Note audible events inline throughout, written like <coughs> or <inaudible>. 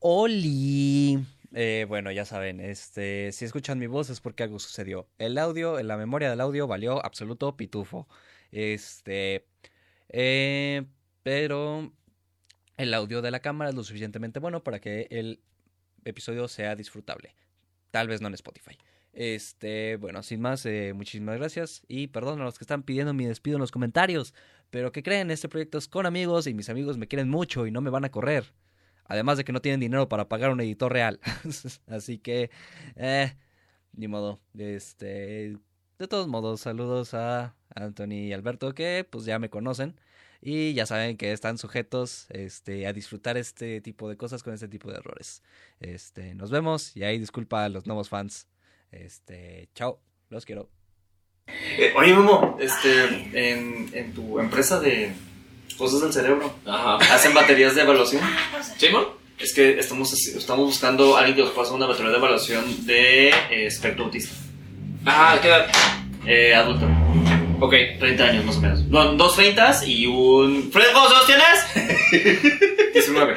Oli. Eh, bueno, ya saben, este, si escuchan mi voz es porque algo sucedió. El audio, la memoria del audio valió absoluto pitufo. Este, eh, pero el audio de la cámara es lo suficientemente bueno para que el episodio sea disfrutable. Tal vez no en Spotify. Este, bueno, sin más, eh, muchísimas gracias y perdón a los que están pidiendo mi despido en los comentarios, pero que creen, este proyecto es con amigos y mis amigos me quieren mucho y no me van a correr. Además de que no tienen dinero para pagar un editor real. <laughs> Así que, eh, ni modo. Este, de todos modos, saludos a Anthony y Alberto que pues ya me conocen y ya saben que están sujetos este, a disfrutar este tipo de cosas con este tipo de errores. Este, nos vemos y ahí disculpa a los nuevos fans. Este, chao, los quiero. Eh, oye, Momo, este, en, en tu empresa de cosas del cerebro, Ajá. ¿hacen baterías de evaluación? ¿Simon? Es que estamos, así- estamos buscando a alguien que nos pueda hacer una batería de evaluación de eh, espectro autista, Ajá, ¿qué edad? eh, adulto. Ok. 30 años más o menos. No, dos 30 y un. ¿Fred, cuántos años tienes? <laughs> 19.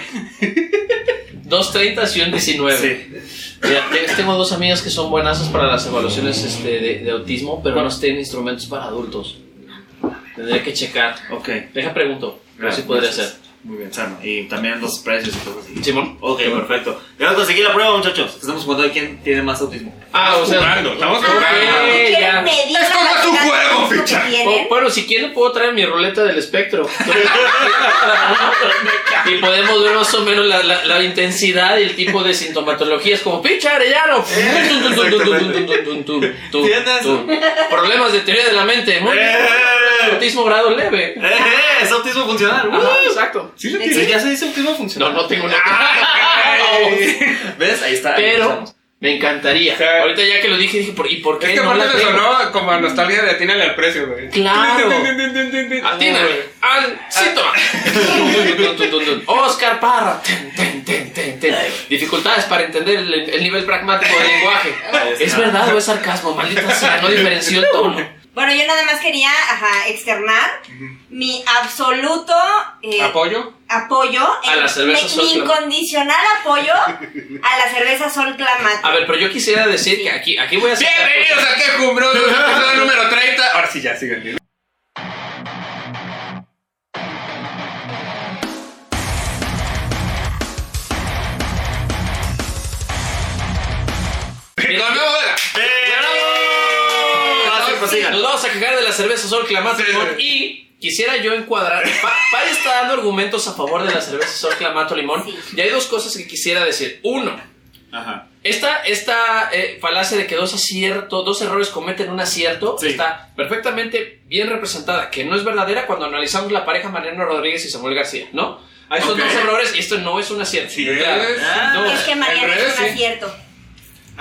2.30 y un 19. Sí. Mira, te- tengo dos amigas que son buenazas para las evaluaciones este, de, de autismo, pero no tienen instrumentos para adultos. Tendré que checar. Ok. Deja pregunto, a ver si Gracias. podría ser. Muy bien, sano. Y también los precios y cosas así. ¿Simón? Ok, perfecto. Ya conseguí la prueba, muchachos. Estamos jugando de quién tiene más autismo. Ah, o sea. Cobrando, estamos ok, cobrando. ya. ¿Quieren medir Esto la no es un cantidad de juego, autismo que ficha. Oh. tienen? O- bueno, si quieren puedo traer mi ruleta del espectro. y podemos ver más o menos la, la- la intensidad y el tipo de sintomatologías como pinche arellano. Tum, tum, tum, tum, tum, tum, tum, tum, tum, ¿Entiendes? tum. Problemas de teoría de la mente. Muy bien. ¡Eh! Autismo grado leve. ¡Eh! eh, Es autismo funcional. Ajá, ¡Uh! exacto. Sí, lo Sí, tiene. Ya se dice autismo No, funcional. Eh, no tengo nada. ¿Ves? Ahí está. ahí Pero empezamos. me encantaría. O sea, Ahorita ya que lo dije, dije, ¿por- ¿y por qué? Es que no aparte la le tengo? sonó como a nostalgia de atínale al precio, güey. Claro. Tin, tin, tin, tin, tin. Atínale al síntoma. <laughs> Oscar Parra. Ten, ten, ten, ten, ten. Dificultades para entender el, el nivel pragmático del lenguaje. está. ¿Es verdad o es sarcasmo? Maldita sea, no diferenció el tono. Bueno, yo nada más quería ajá, externar mi absoluto eh, ¿Apoyo? apoyo, A la cerveza Sol mi Clamato. incondicional apoyo a la cerveza Sol Clamato. A ver, pero yo quisiera decir que aquí, aquí voy a sacar Bienvenidos a Quejumbroso, episodio número 30. Ahora sí, ya, sigan. Don Hola. Ah, sí, pues sigan. Nos vamos a quejar de la cerveza Sol Clamato Sí. Limón y quisiera yo encuadrar. Pa- Pari está dando argumentos a favor de la cerveza Sol Clamato Limón Sí. y hay dos cosas que quisiera decir. Uno, Ajá. esta, esta eh, falacia de que dos aciertos, dos errores cometen un acierto Sí. está perfectamente bien representada, que no es verdadera cuando analizamos la pareja Mariano Rodríguez y Samuel García, ¿no? Hay esos Ah, Ok. dos errores y esto no es un acierto. Sí, Claro. es. Ah, No. es que Mariana al revés, es un sí. acierto.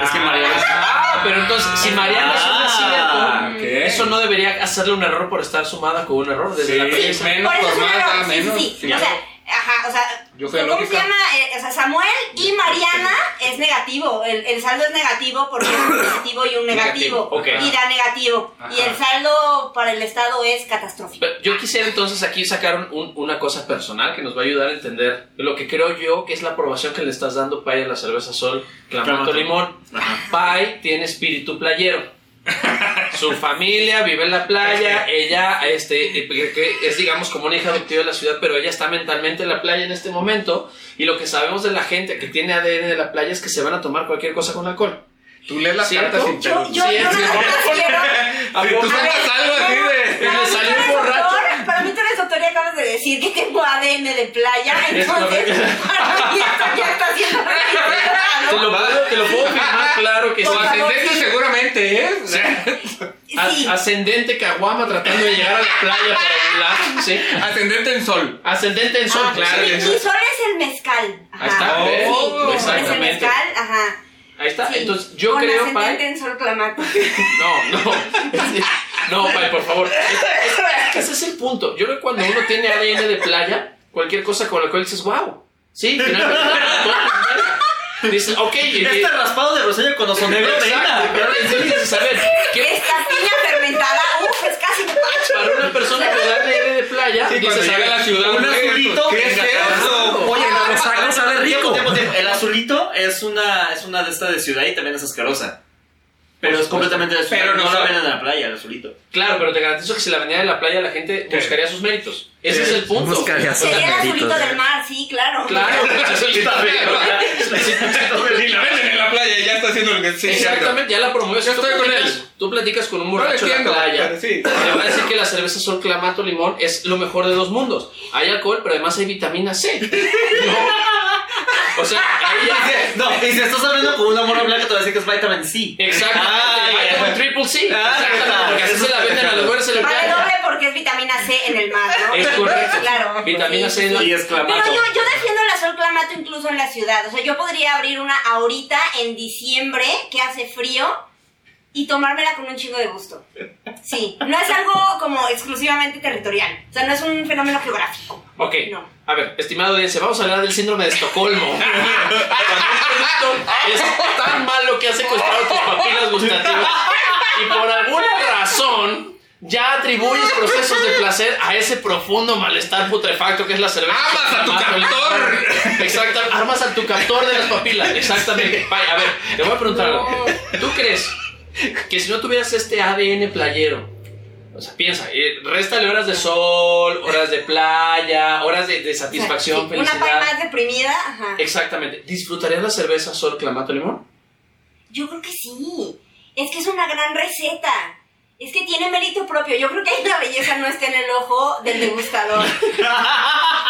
Es que Mariana es- Ah, pero entonces, si Mariana es un Ah, acierto, ok. eso no debería hacerle un error por estar sumada con un error desde Sí, la premisa. men. Menos Por por eso es un más, error, nada sí, sí, menos, sí. claro. O sea, ajá, o sea, Yo soy ¿cómo lógica. se llama? Eh, o sea, Samuel y Mariana es negativo. El, el saldo es negativo porque es un positivo y un negativo. Negativo, ok. Y da negativo. Y el saldo para el Estado es catastrófico. Pero Yo quisiera entonces aquí sacar un- una cosa personal que nos va a ayudar a entender lo que creo yo que es la aprobación que le estás dando Pai a la cerveza Sol, Clamato Clamato. Limón. Pai tiene espíritu playero. Su familia vive en la playa, ella este, eh, que- que es digamos como una hija adoptiva de la ciudad, pero ella está mentalmente en la playa en este momento y lo que sabemos de la gente que tiene ADN de la playa es que se van a tomar cualquier cosa con alcohol. Tú lees las ¿Cierto? cartas sin Yo, pedos. yo, Sí, yo es Pues nada mejor. más quiero. ¿A Sí, poco? tú A ver, sacas algo así de. para le mí tú salió eres borracho. doctor, Para mí tú eres doctor y acabas de decir que tengo ADN de playa, <laughs> Es entonces <laughs> correcto. para mí esto ya está siendo <laughs> Te lo puedo, te lo <laughs> puedo afirmar, claro que Tu sí. Ah, Por favor, ascendente sí. seguramente ¿eh? A- Sí, Ascendente Caguama tratando de llegar a la playa para volar, ¿sí? Ascendente en sol. Ascendente en sol, Ah, claro. sí, eso. Y sol es el mezcal. Ajá. Ahí está, Sí, ¿ves? sol es el Exactamente. mezcal, ajá. Ahí está. Sí, Entonces, yo con creo, ascendente Pai. en sol <laughs> clamato. No, <laughs> no. No, Pai, por favor. Es- es- Ese es el punto. Yo creo que cuando uno tiene ADN de playa, cualquier cosa con la cual dices, wow. Sí, <laughs> finalmente. todo es verga. Dices, ok. y- Este raspado de Rosario con oso negro Exacto, de <laughs> pero entonces dices, a ver, ¿qué- Esta piña fermentada, uf, es así de pacho. Para una persona que da el aire de playa, Sí, dice, cuando sabe llega la ciudad. un güey, azulito, pues, ¿qué es <laughs> claro. eso? Oye, Ah, no, los tacos saben rico. El azulito es una, es una de esta de ciudad y también es asquerosa. Pero Por es completamente de ciudad. Pero no, no la sabe- venden en la playa, el azulito. Claro, pero te garantizo que si la venía de la playa, la gente Sí. buscaría sus méritos. Ese Sí. es el punto. Buscaría sus Sería el azulito Perritos. del mar, sí, claro. Claro, pues, es el Está bien, claro. <laughs> pues, Y la venden en la playa y ya está haciendo lo que sí, Exactamente, ya la promueves. Yo Tú estoy con platicas- él. Tú platicas con un No lo borracho en la entiendo, playa. pero sí. Te va a decir que la cerveza sol clamato limón es lo mejor de dos mundos. Hay alcohol, pero además hay vitamina C. <laughs> No. O sea, ahí ya. <laughs> No, y si estás hablando con una morra blanca, te va a decir que es vitamin C. Exactamente. Ay, hay como ay. triple C. Ah, Exactamente. está. Porque así se la venden a los buenos en la Vale playa. doble porque es vitamina C en el mar, ¿no? Es correcto. Claro. Vitamina C en la- Y es clamato. Pero yo, yo defiendo la sol clamato incluso en la ciudad. O sea, yo podría abrir una ahorita en diciembre que hace frío y tomármela con un chingo de gusto. Sí, no es algo como exclusivamente territorial. O sea, no es un fenómeno geográfico. Ok, No. a ver, estimado audiencia, vamos a hablar del síndrome de Estocolmo. <laughs> Cuando un producto es tan malo que ha secuestrado tus papilas gustativas y por alguna razón ya atribuyes procesos de placer a ese profundo malestar putrefacto que es la cerveza. Amas a tu captor. Exactamente, armas a tu captor de las papilas. Exactamente. Vaya, a ver, te voy a preguntar algo. ¿Tú crees que si no tuvieras este ADN playero, o sea, piensa, eh, réstale horas de sol, horas de playa, horas de, de O sea, satisfacción, sí, Una pay felicidad. Eh. más deprimida, ajá. Exactamente. ¿Disfrutarías la cerveza sol clamato limón? Yo creo que sí. Es que es una gran receta. Es que tiene mérito propio. Yo creo que ahí la belleza no está en el ojo del <laughs> degustador.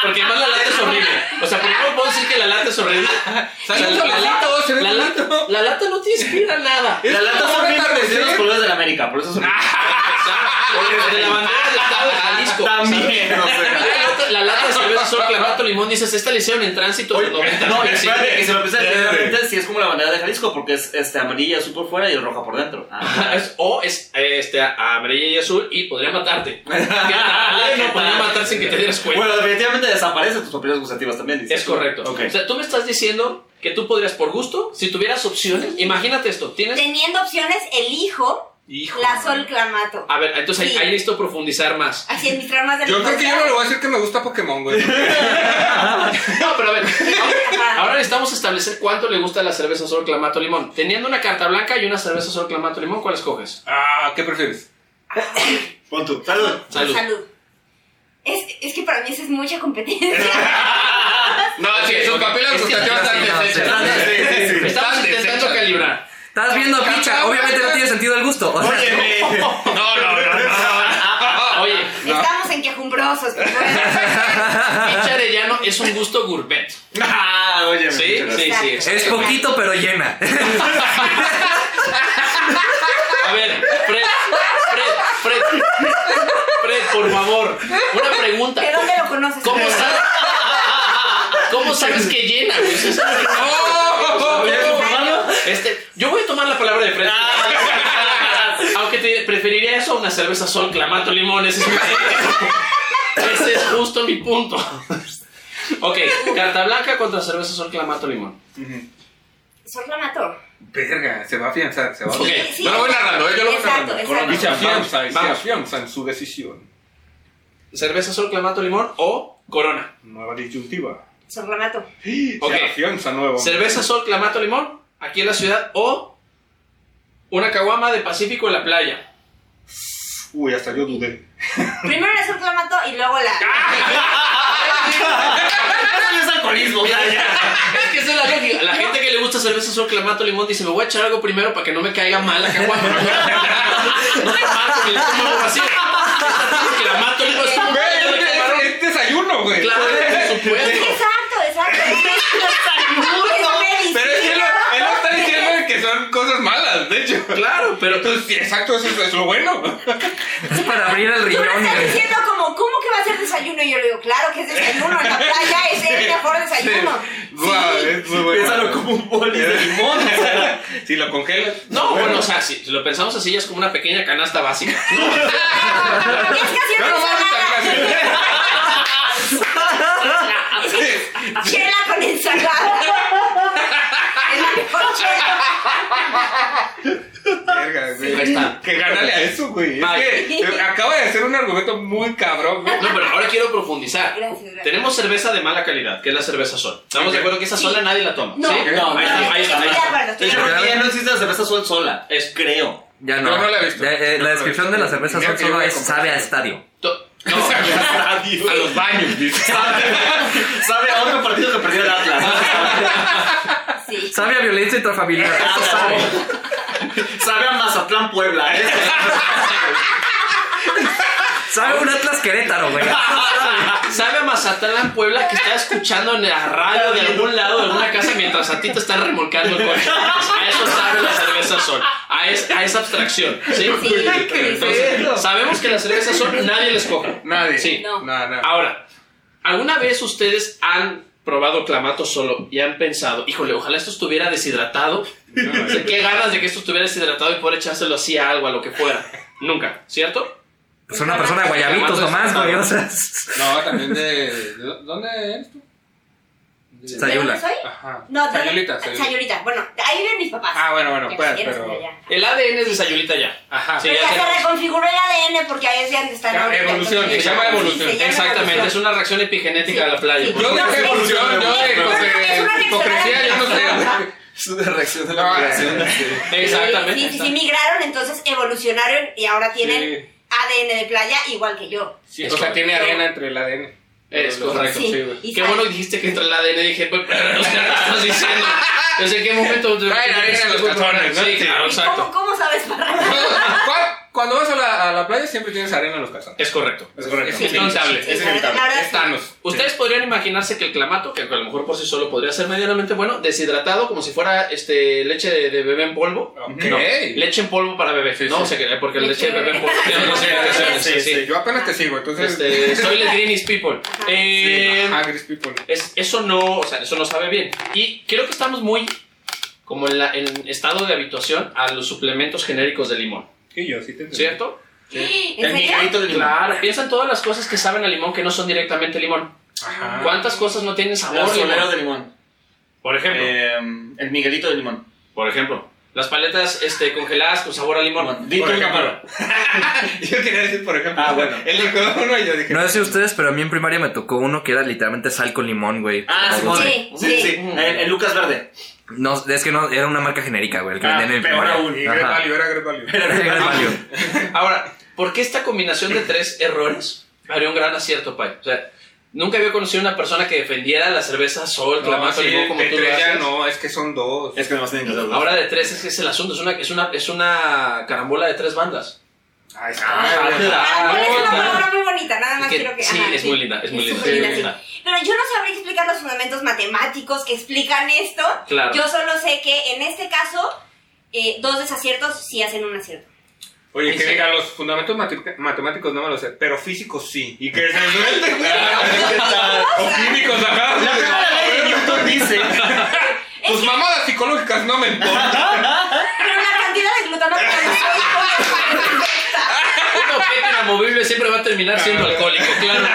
Porque además la lata es horrible. O sea, primero puedo decir que la lata es horrible. O sea, Sale un la, solito, se ve la lata- bonito. la lata no te inspira nada. La lata como son un bien atardecer. parecidas a los colores de la América, por eso son. Porque de la bandera del estado de Jalisco. También, no La sé. lata, la lata de cerveza sol clamato limón, dices, esta le hicieron en tránsito en los <laughs> 90. No, y Sí. espérate, que se lo piensa Ya, güey. realmente sí es como la bandera de Jalisco, porque es este, amarilla azul por fuera y roja por dentro. Ah, <laughs> Ajá, es- o es eh, este, a- amarilla y azul y <laughs> podría matarte. ¿Qué tal? no podría matar sin que te dieras cuenta. Bueno, definitivamente desaparecen tus papilas gustativas también, dices. es correcto. Ok. O sea, tú me estás diciendo que tú podrías por gusto, si tuvieras opciones, imagínate esto, tienes... Teniendo opciones, elijo Hijo. la sol clamato. A ver, entonces ahí, Sí. ahí necesito profundizar más. <laughs> Así en mis tramas de Yo la creo que yo no infancia. le voy a decir que me gusta Pokémon, güey. No, pero a ver, Ajá. ahora necesitamos establecer cuánto le gusta la cerveza sol clamato limón. Teniendo una carta blanca y una cerveza sol clamato limón, ¿cuál escoges? Ah, ¿qué prefieres? Pon tu. Salud. Salud. Es, es que para mí eso es mucha competencia. No, Ah, sí, sus papeles Es que- gustativas están sí, no, deshechas. sí, sí, sí. Estamos Están intentando deshechas. calibrar. Estás viendo picha, obviamente no tiene sentido el gusto. O sea, No, no, no, no, <laughs> no. Oye, Estamos en quejumbrosos. pues, bueno. picha arellano es un gusto gourmet. Ah, oye, Sí, sí, sí. es poquito pero llena. A ver, Fred, Fred, Fred, Fred, por favor, una pregunta. ¿De dónde lo conoces? ¿Cómo sabes? ¿Cómo sabes que llena? güey? Es- es- Oh. Oh, Este, yo voy a tomar la palabra de Fred. Aunque te preferiría eso a una cerveza sol clamato limón. Ese es, mi- ese es justo mi punto. Ok, carta blanca contra cerveza sol clamato limón. Sol clamato. Verga, se va a afianzar, se va a Ok, afianzar. sí. Yo lo voy narrando, ¿eh? yo lo voy Exacto, narrando. exacto. Y se afianza, y se Vamos. afianza en su decisión. Cerveza sol clamato limón o corona. Nueva disyuntiva. Sol clamato. Ok. Se afianza nuevo. Cerveza Sol Clamato Limón, aquí en la ciudad, o una caguama de Pacífico en la playa. Uy, hasta yo dudé. Primero la sol clamato y luego Ah, la. Eso no es alcoholismo, ya, <laughs> ya. Es que esa es la lógica. La gente que le gusta cerveza Sol Clamato Limón dice, me voy a echar algo primero para que no me caiga mal la caguama. No te mato, que le tomo algo así. Clamato Limón es un pedo de camarón. Es desayuno, güey. Claro, por supuesto. Exacto, exacto. <laughs> Eso me dice. Pero es que él, lo- él lo está diciendo que son cosas malas, de hecho. Claro, pero Entonces, sí, exacto, eso es, es lo bueno. Es para abrir el Tú me riñón. estás güey. eh. diciendo como, ¿cómo que va a ser desayuno? Y yo le digo, claro que es desayuno, en la playa es el mejor desayuno. <laughs> Guau, Sí. es muy bueno. Piénsalo como un boli de limón. o sea. Si lo congelas. no, bueno, o sea, si lo pensamos así, ya es como una pequeña canasta básica. Y es que así Yo no mames, tan gracioso. ensalada. Chela <laughs> con ensalada. Es la mejor chela. Verga, güey. Ahí está. que gánale a eso, güey. Es Bye. que eh, acaba de hacer un argumento muy cabrón, güey. No, pero ahora quiero profundizar. Gracias, gracias. Tenemos cerveza de mala calidad, que es la cerveza sol. Estamos de acuerdo que esa sola nadie la toma. No, ¿sí? no, ahí, no, está, ahí está, estoy ahí de está. acuerdo, De estoy de hecho, acuerdo. creo que ya no existe la cerveza sol sola. Es- Creo. Ya no. Yo no la he visto. Ya, eh, Yo no la la he descripción visto. de la cerveza Mira son que yo solo voy a es comprar. sabe a estadio. To- no, A los baños, dice. Sabe a otro partido que perdió el Atlas. Sí. Sabe a violencia intrafamiliar. Eso sabe. Sabe a Mazatlán Puebla. ¿eh? Sabe a un Atlas Querétaro, güey. <laughs> Sabe a Mazatlán Puebla que está escuchando en la radio de algún lado de alguna casa mientras a ti te están remolcando el coche. A eso sabe la cerveza sol. A, es- a esa abstracción. ¿sí? Sí, qué pedo. Entonces, sabemos que la cerveza sol nadie les coge. Nadie. Sí. No. No, no. Ahora, ¿alguna vez ustedes han probado clamato solo y han pensado, híjole, ojalá esto estuviera deshidratado? O sea, qué ganas de que esto estuviera deshidratado y poder echárselo así a algo, a lo que fuera. Nunca, ¿cierto? Es una persona de guayabitos nomás, güey. O sea, No, también de. de- ¿Dónde eres tú? De- ¿De Sayula. dónde soy? Ajá. No, también- Sayulita, Sayulita. Sayulita. Bueno, ahí viven mis papás. Ah, bueno, bueno, Ya, pues, si quieres, pero- mira, ya. El ADN es de Sayulita ya. Ajá. Sí, Pero ya ya se tenemos. reconfiguró el ADN porque ahí es donde están Ya, ahorita, evolución, entonces- se llama Sí, evolución, se llama Exactamente, es evolución. una reacción epigenética de la playa. Sí. por Yo supuesto. dejé No, evolución, yo de es una- es una ¿eh? hipocre- hipocresía, yo no sé, reacción. güey. Es una reacción de <laughs> No, la población. eh. sí. Exactamente. Sí, sí, sí, migraron, entonces evolucionaron y ahora tienen Sí. ADN de playa igual que yo. Sí, Es o sea, correcto. tiene arena entre el ADN. Es Los- los- correcto, Sí, sí, güey. y Qué sale. bueno que dijiste que entra el ADN. Dije, pues, pero, o sea, ¿qué estás diciendo? ¿Desde qué momento? Trae la arena en los calzones, ¿no? Sí, claro, ¿Y ¿Cómo, exacto. ¿Cómo sabes para ¿Cuál- Cuando vas a la, a la playa siempre tienes arena en los calzones. Es correcto. Es correcto. Es inevitable. es inevitable. La verdad, Es Thanos. Ustedes podrían imaginarse que el clamato, que a lo mejor por sí solo podría ser medianamente bueno, deshidratado como si fuera este, leche de, de bebé en polvo. Ok. No, leche en polvo para bebé. Sí, no, sí. o sea, que- porque leche, de Leche bebé en de polvo. bebé. no sé, no sé, <laughs> Sí, sí, sí. Yo apenas te sigo, entonces. Este, soy the greenest people. Ajá. Eh, Ah, Gris People. es, eso no, o sea, eso no sabe bien. Y creo que estamos muy como en, la- en estado de habituación a los suplementos genéricos de limón, Que yo sí te entiendo. ¿cierto? ¿En serio? migrito de Claro, piensa en todas las cosas que saben a limón que no son directamente limón. Ajá. ¿Cuántas cosas no tienen El sabor solero limón? de limón. Por ejemplo, Eh, el Miguelito de limón. por ejemplo, las paletas este, congeladas con sabor a limón. Dito Por una ejemplo. mano. <laughs> Yo quería decir, por ejemplo. Ah, bueno. Él dijo uno y yo dije. No sé ustedes, pero a mí en primaria me tocó uno que era literalmente sal con limón, güey. Ah, O dulce. sí, sí, sí. sí. El, el Lucas Verde. No, es que no, era una marca genérica, güey, el que Ah, vendían en peor primaria. aún. Y Great Ajá. Value, era Great Value. Era el Value. Ahora, ¿por qué esta combinación de tres errores haría un gran acierto, Pai? O sea, nunca había conocido una persona que defendiera la cerveza sol, clamato, sí, limón, como de tú lo tres ya haces. no, es que son dos. Es que nomás tienen que hacer Ahora de tres es que es el asunto, es una, es una, es una carambola de tres bandas. Ah, es Ah, ah, Ah, es una no, palabra muy bonita, nada más Que- quiero que... sí, ajá, es muy linda, es muy linda, súper sí, linda, es sí. linda. Pero yo no sabría explicar los fundamentos matemáticos que explican esto. Claro. Yo solo sé que en este caso, eh, dos desaciertos sí hacen un acierto. Oye, Sí, que sí. diga, los fundamentos matem- matemáticos no me los sé, pero físicos sí. Y que se suelte, güey. <laughs> O químicos, ajá. La primera ley de Newton dice. Tus mamadas psicológicas no me importan. Pero la cantidad de glutamato que nos hay, ¿cómo es perfecta? Un objeto inamovible siempre va a terminar siendo alcohólico, claro.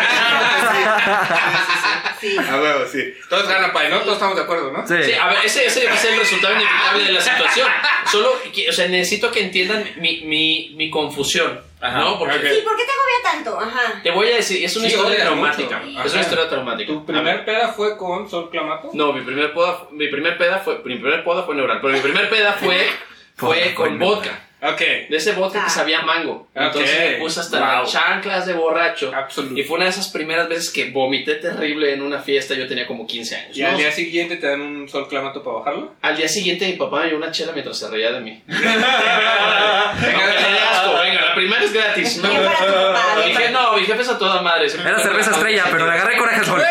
Sí. A huevo, sí. Todos ganan pay, ¿no? Todos estamos de acuerdo, ¿no? Sí. Sí, a ver, ese, ese va a ser el resultado inevitable de la situación. Solo, que- o sea, necesito que entiendan mi, mi, mi confusión, ¿no? Porque Sí, ¿por qué te agobia tanto? Ajá. te voy a decir, es una Sí, historia odia traumática. mucho. Es Ajá. una historia traumática. ¿Tu A ver. primer peda fue con Sol Clamato? No, mi primer poda, mi primer peda fue, mi primer poda fue neural, pero mi primer peda fue, fue <laughs> Fue- con fue vodka. Ok. De ese vodka Ah. que sabía mango. Ok. Entonces me puse hasta Wow. Ah. las chanclas de borracho. Absoluto. Y fue una de esas primeras veces que vomité terrible en una fiesta. Yo tenía como 15 años. ¿Y ¿no? al día siguiente te dan un Sol Clamato para bajarlo? Al día siguiente mi papá me dio una chela mientras se reía de <laughs> mí. venga, le dé asco, venga, la primera es gratis. Bien para tu papá, bien Dije, para- no, mi jefe es a toda madre. Era cerveza estrella, pero le agarré coraje al sol.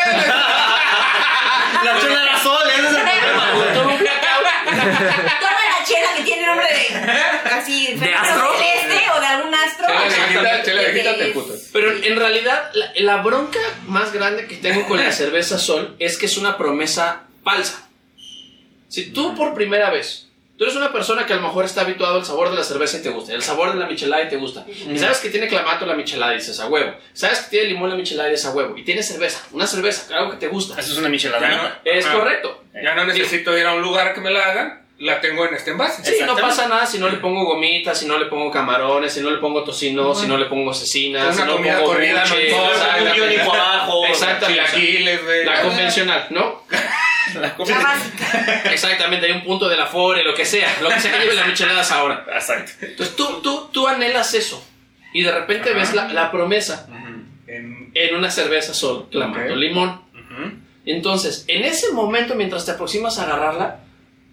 La chela era sol, ese es el problema. Tuve un blackout. Toma la chela que tiene nombre de. Así, fenómeno astro? celeste o de algún astro. Chela Ajá. viejita, chela Que- viejita, que- te putas. Pero en realidad, la, la bronca más grande que tengo <laughs> con la cerveza Sol es que es una promesa falsa. Si tú por primera vez, tú eres una persona que a lo mejor está habituado al sabor de la cerveza y te gusta, el sabor de la michelada y te gusta, y sabes que tiene clamato la michelada y dices a huevo, sabes que tiene limón la michelada y dices a huevo, y tiene cerveza, una cerveza, algo que te gusta. Eso es una michelada. Ya no- Es Ah. correcto. Ya no necesito ir a un lugar que me la hagan. la tengo en este envase. Sí, no pasa nada si no le pongo gomitas, si no le pongo camarones, si no le pongo tocino, si no le pongo cecina, Es si una no le comida pongo corrida, buche, no todo, exacto, un la guión comida- igual, abajo. Exactamente, o sea, Chilaquiles, güey. la convencional, ¿no? La La comida. básica. Exactamente, hay un punto de la fore, lo que sea, lo que sea que lleve las micheladas ahora. Exacto. Entonces tú, tú, tú anhelas eso y de repente ves la, la promesa En- en una cerveza sol, clamando Ok. limón. ujú. Entonces, en ese momento, mientras te aproximas a agarrarla,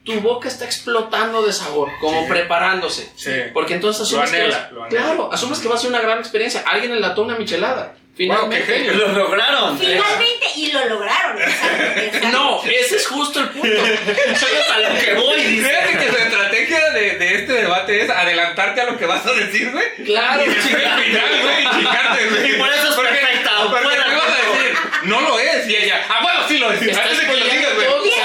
tu boca está explotando de sabor, como Sí. preparándose. Sí. Pues, Porque entonces Lo asumes anhela, que lo vas- anhela. claro, asumes que va a ser una gran experiencia. Alguien enlató una michelada. Finalmente. qué genio. Lo lograron. Finalmente, y lo lograron. exacto, exacto. no, ese es justo el <laughs> punto. a lo que voy, dice. Fíjate que su estrategia de, de este debate es adelantarte a lo que vas a decir, güey. Claro, Y chingar al final, güey, y chingarte, güey. Y por eso es perfecta, Porque fuera, me ibas a puto. decir, no lo es. Y ella, ah, bueno, sí lo es. Estás Antes de que lo digas, güey. <laughs> peleando Y es-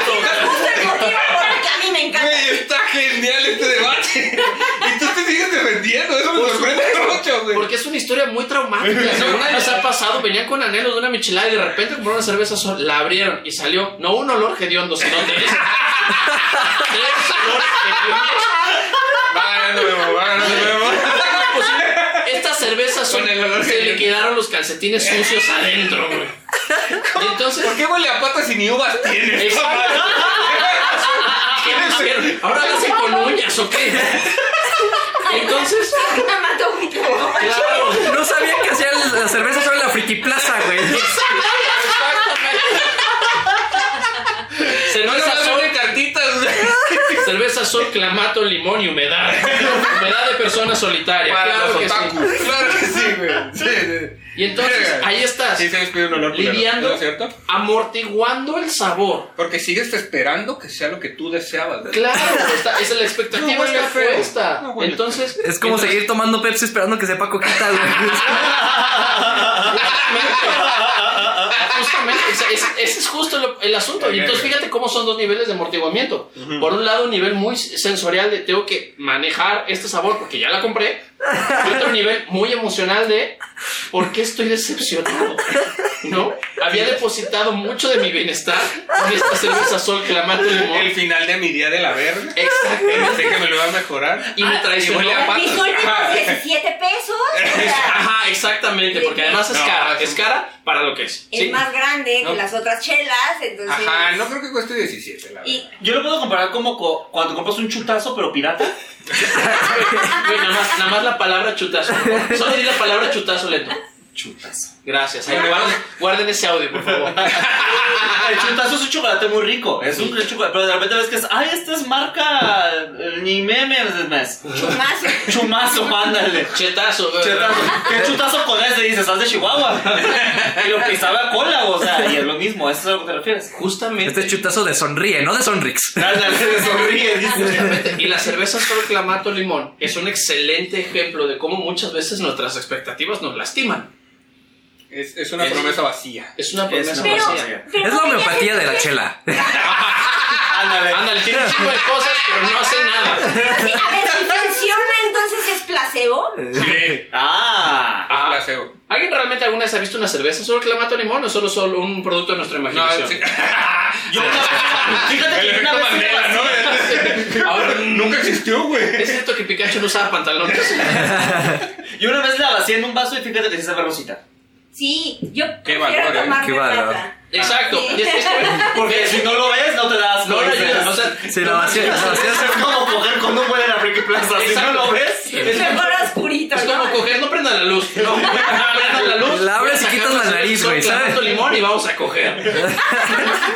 Ah, y es justo el motivo por el que a mí me encanta. Güey, está genial este debate. <laughs> Y tú te sigues defendiendo. Eso me sorprende mucho, güey. porque es una historia muy traumática. O sea, una les ha pasado, venían con anhelos de una michelada y de repente compraron una cerveza sol, la abrieron y salió no un olor hediondo, sino tres. <laughs> tres olores hediondos. Va ganando Memo, va ganando Memo. Pues, esta cerveza sol Con el olor se le hediondo. quedaron los calcetines sucios adentro, güey. Y entonces. ¿Por qué huele a patas y ni uvas tienes? Exacto. ¿Qué le hicieron? Ahora lo hacen con uñas, ¿o qué? Entonces, Me mató un poco. claro, <laughs> No sabía que hacía la cerveza sobre la friki plaza, güey. No le cerveza vas a sol, dar cartitas, güey. cerveza sol, clamato, limón y humedad. Humedad de persona solitaria, Para claro los que sí. otakus. <laughs> Claro que sí, güey. Sí, sí. Y entonces, ahí estás, Sí, se les pide un olor culero, lidiando, ¿no es cierto? amortiguando el sabor. Porque sigues esperando que sea lo que tú deseabas. güey. Claro, está- esa, la expectativa No huele está feo. puesta. No huele entonces, Es como entonces- seguir tomando Pepsi esperando que sepa coquita, güey. Justamente, ese, ese- ese es justo lo- el asunto. Y entonces fíjate cómo son dos niveles de amortiguamiento. Por un lado, un nivel muy sensorial de tengo que manejar este sabor porque ya la compré. Y otro nivel muy emocional de por qué estoy decepcionado. ¿No? Había depositado mucho de mi bienestar en esta cerveza sol clamando El limón. final de mi día de la <laughs> verga. Exacto. Pensé que me lo iba a mejorar. Ah, Y me traicionó. Y huele a patas. Mis últimos 17 pesos. o sea, Ajá, exactamente. Porque además es No, cara. es- Es cara para lo que es. es ¿sí? más grande No. que las otras chelas, entonces. Ajá, no creo que cueste 17, la verdad. Y Yo lo puedo comparar como co- cuando compras un chutazo, pero pirata. Güey, nada más, nada más la palabra chutazo. Solo di la palabra chutazo lento. Chutazo. Gracias. Ahí guarden, guarden ese audio, por favor. <laughs> El chutazo es un chocolate muy rico. Es un chocolate, pero de repente ves que es, ay, esta es marca. eh, Ni memes es más. chumazo. Chumazo, <laughs> mándale. Chetazo. güey. Chutazo. ¿Qué chutazo con ese? Dices, estás de <laughs> Chihuahua. Y lo pisaba cola, o sea, y es lo mismo, eso es a lo que te refieres. Este Justamente. es chutazo de sonríe, no de sonrix. Ándale, se sonríe, dices. Y la cerveza Sol Clamato Limón es un excelente ejemplo de cómo muchas veces nuestras expectativas nos lastiman. Es, es una Es- promesa vacía. Es una promesa Pero, vacía. pero Es la porque ya homeopatía se- de la chela. Ándale. Ándale, tiene un chingo de cosas, pero no hace nada. Sí, a ver, si funciona, entonces es placebo. Ah. Ah. Placebo. ¿Alguien realmente alguna vez ha visto una cerveza Sol Clamato Limón o solo, solo un producto de nuestra No, imaginación? sí. Yo una vez- fíjate El que una efecto vez en Mandela, la- ¿no? Ahora, Nunca existió, güey. es cierto que Pikachu no usaba <laughs> pantalones. Yo una vez la vacié en un vaso y fíjate que sí sabe rosita. Sí, yo Qué prefiero valor, ¿eh? tomarme Qué valor. plata. Exacto. Sí. Y es- es- Porque si no lo ves, no te das No, no, cuenta. yo- o sea, Sí, la vacía, la vacía Es como coger con un buen en la Friki Plaza. Si no Exacto. lo ves, Es mejor oscurito. Es como ¿no? coger, no prendan la luz. No, prendan la luz. La abres y quitas la nariz, güey, ¿sabes? Clamato limón y vamos a coger.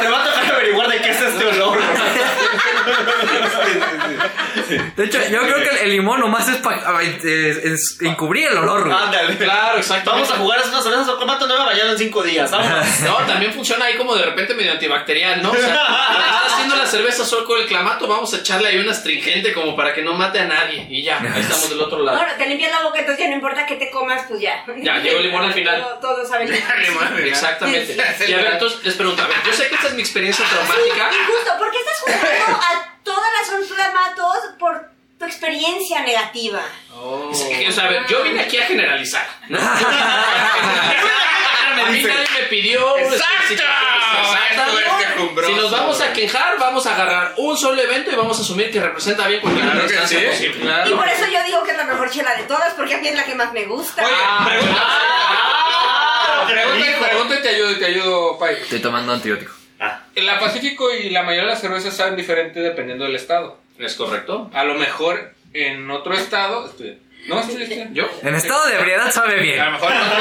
te va a tocar averiguar de qué es este olor. De hecho, yo creo que el- el limón nomás es para encubrir el olor, Ah. güey. Ándale. Claro, exacto. Vamos a jugar a unas cervezas o comato nueva mañana en cinco días. Vámonos. No, también funciona ahí como de repente medio antibacterial, ¿no? O sea, estás haciendo la cerveza sol con el clamato, vamos a echarle ahí un astringente como para que no mate a nadie. Y ya, ahí estamos del otro lado. Bueno, te limpias la boca, entonces ya no importa qué te comas, pues ya. Ya, llegó el limón al final. Todo, todo sabe limón. Exactamente. Y a ver, entonces les pregunto, a ver, yo sé que esta es mi experiencia traumática. Injusto, ¿por qué estás jugando a todas las onflamatos por tu experiencia negativa? Oh. Sí, o sea, a ver, yo vine aquí a <laughs> generalizar. ¿no? a mí nadie me pidió. este, ¡Exacto! si- esto es Exactamente. quejumbroso, Si nos vamos a güey. quejar, vamos a agarrar un solo evento y vamos a asumir que representa bien cualquier Claro que circunstancia sí. posible. Y por eso yo digo que es la mejor chela de todas, porque a mí es la que más me gusta. Oye, pregunta. Ah, pregunta- Pregunta, pregunta y te ayudo, te ayudo, Pai. Estoy tomando antibiótico. La Pacífico y la mayoría de las cervezas saben diferente dependiendo del estado. ¿Es correcto? A lo mejor en otro estado. estoy- No, estoy estoy- ¿Yo? En estado de ebriedad sabe A lo bien. mejor en otro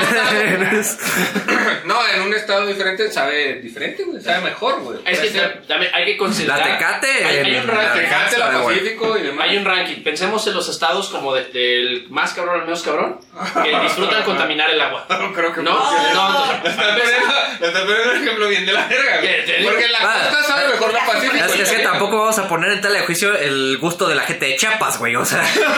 <laughs> estado. No, en un estado diferente sabe diferente, güey. Sabe mejor, güey. Es que O sea, ta- también hay que considerar. La Tecate, Hay, hay un el- la ranking. Tecate, la Sabe bueno. Pacífico y demás. Hay un ranking. Pensemos en los estados como de- del más cabrón al menos cabrón, que <laughs> disfrutan contaminar el agua. No creo que No, no, entonces, <laughs> Está poniendo- le está poniendo un ejemplo bien de la verga. güey. ¿Qué te digo? Porque la Ah, costa sabe mejor la Pacífico. Es, es que tampoco vamos a poner en tela de juicio el gusto de la gente de Chiapas, güey. O sea, No,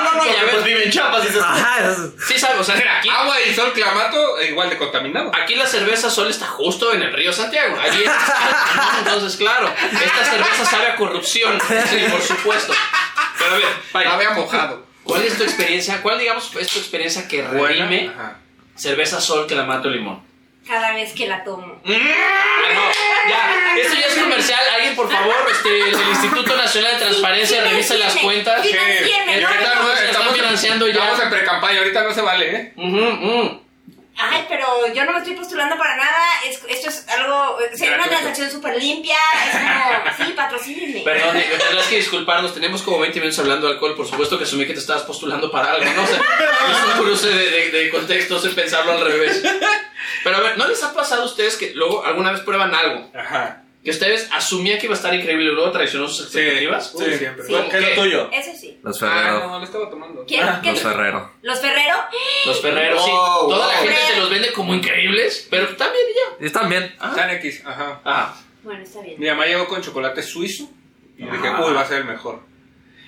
no, no. Porque güey. Pues vive en Chiapas y se... ajá, es- Sí, sabes, o sea, Mira, aquí, agua y sol clamato eh, igual de contaminado. aquí la cerveza sol está justo en el río Santiago. Allí está. Entonces, claro, esta cerveza sabe a corrupción. Sí, por supuesto. Pero a ver, Pai, Sabe a mojado. ¿cuál es tu experiencia? ¿Cuál, digamos, es tu experiencia que Buena, redime ajá. cerveza sol que la mato limón? Cada vez que la tomo. Ah, no, ya, esto ya es comercial. Alguien, por favor, este, el Instituto Nacional de Transparencia, revise las cuentas. Sí, Y ahorita no, Estamos estamos financiando ya. Estamos en precampaña, ahorita no se vale, ¿eh? Ujú, ujú. Ay, pero yo no me estoy postulando para nada. es- esto es algo. Sería una transacción súper limpia. Es como. Sí, patrocínenme. Perdón, eh, tendrás que disculparnos. Tenemos como 20 minutos hablando de alcohol. Por supuesto que asumí que te estabas postulando para algo. <laughs> No sé, es un cruce de, de, de contextos en pensarlo al revés. Pero a ver, ¿no les ha pasado a ustedes que luego alguna vez prueban algo? Ajá. Que ustedes asumían que iba a estar increíble y luego traicionó sus Sí, expectativas. sí, siempre. Sí. ¿Qué es lo tuyo? Eso sí. Los Ah, Ferrero. no, lo estaba tomando. ¿Qué- Ah, qué- Los Ferrero. ¿Los Ferrero? Los Ferreros, sí. Wow, Toda la wow. gente se los vende como increíbles, pero también ya. Y están bien. San X, ajá. Ah, Bueno, está bien. Mi mamá llegó con chocolate suizo y dije, Ah. uy, va a ser el mejor.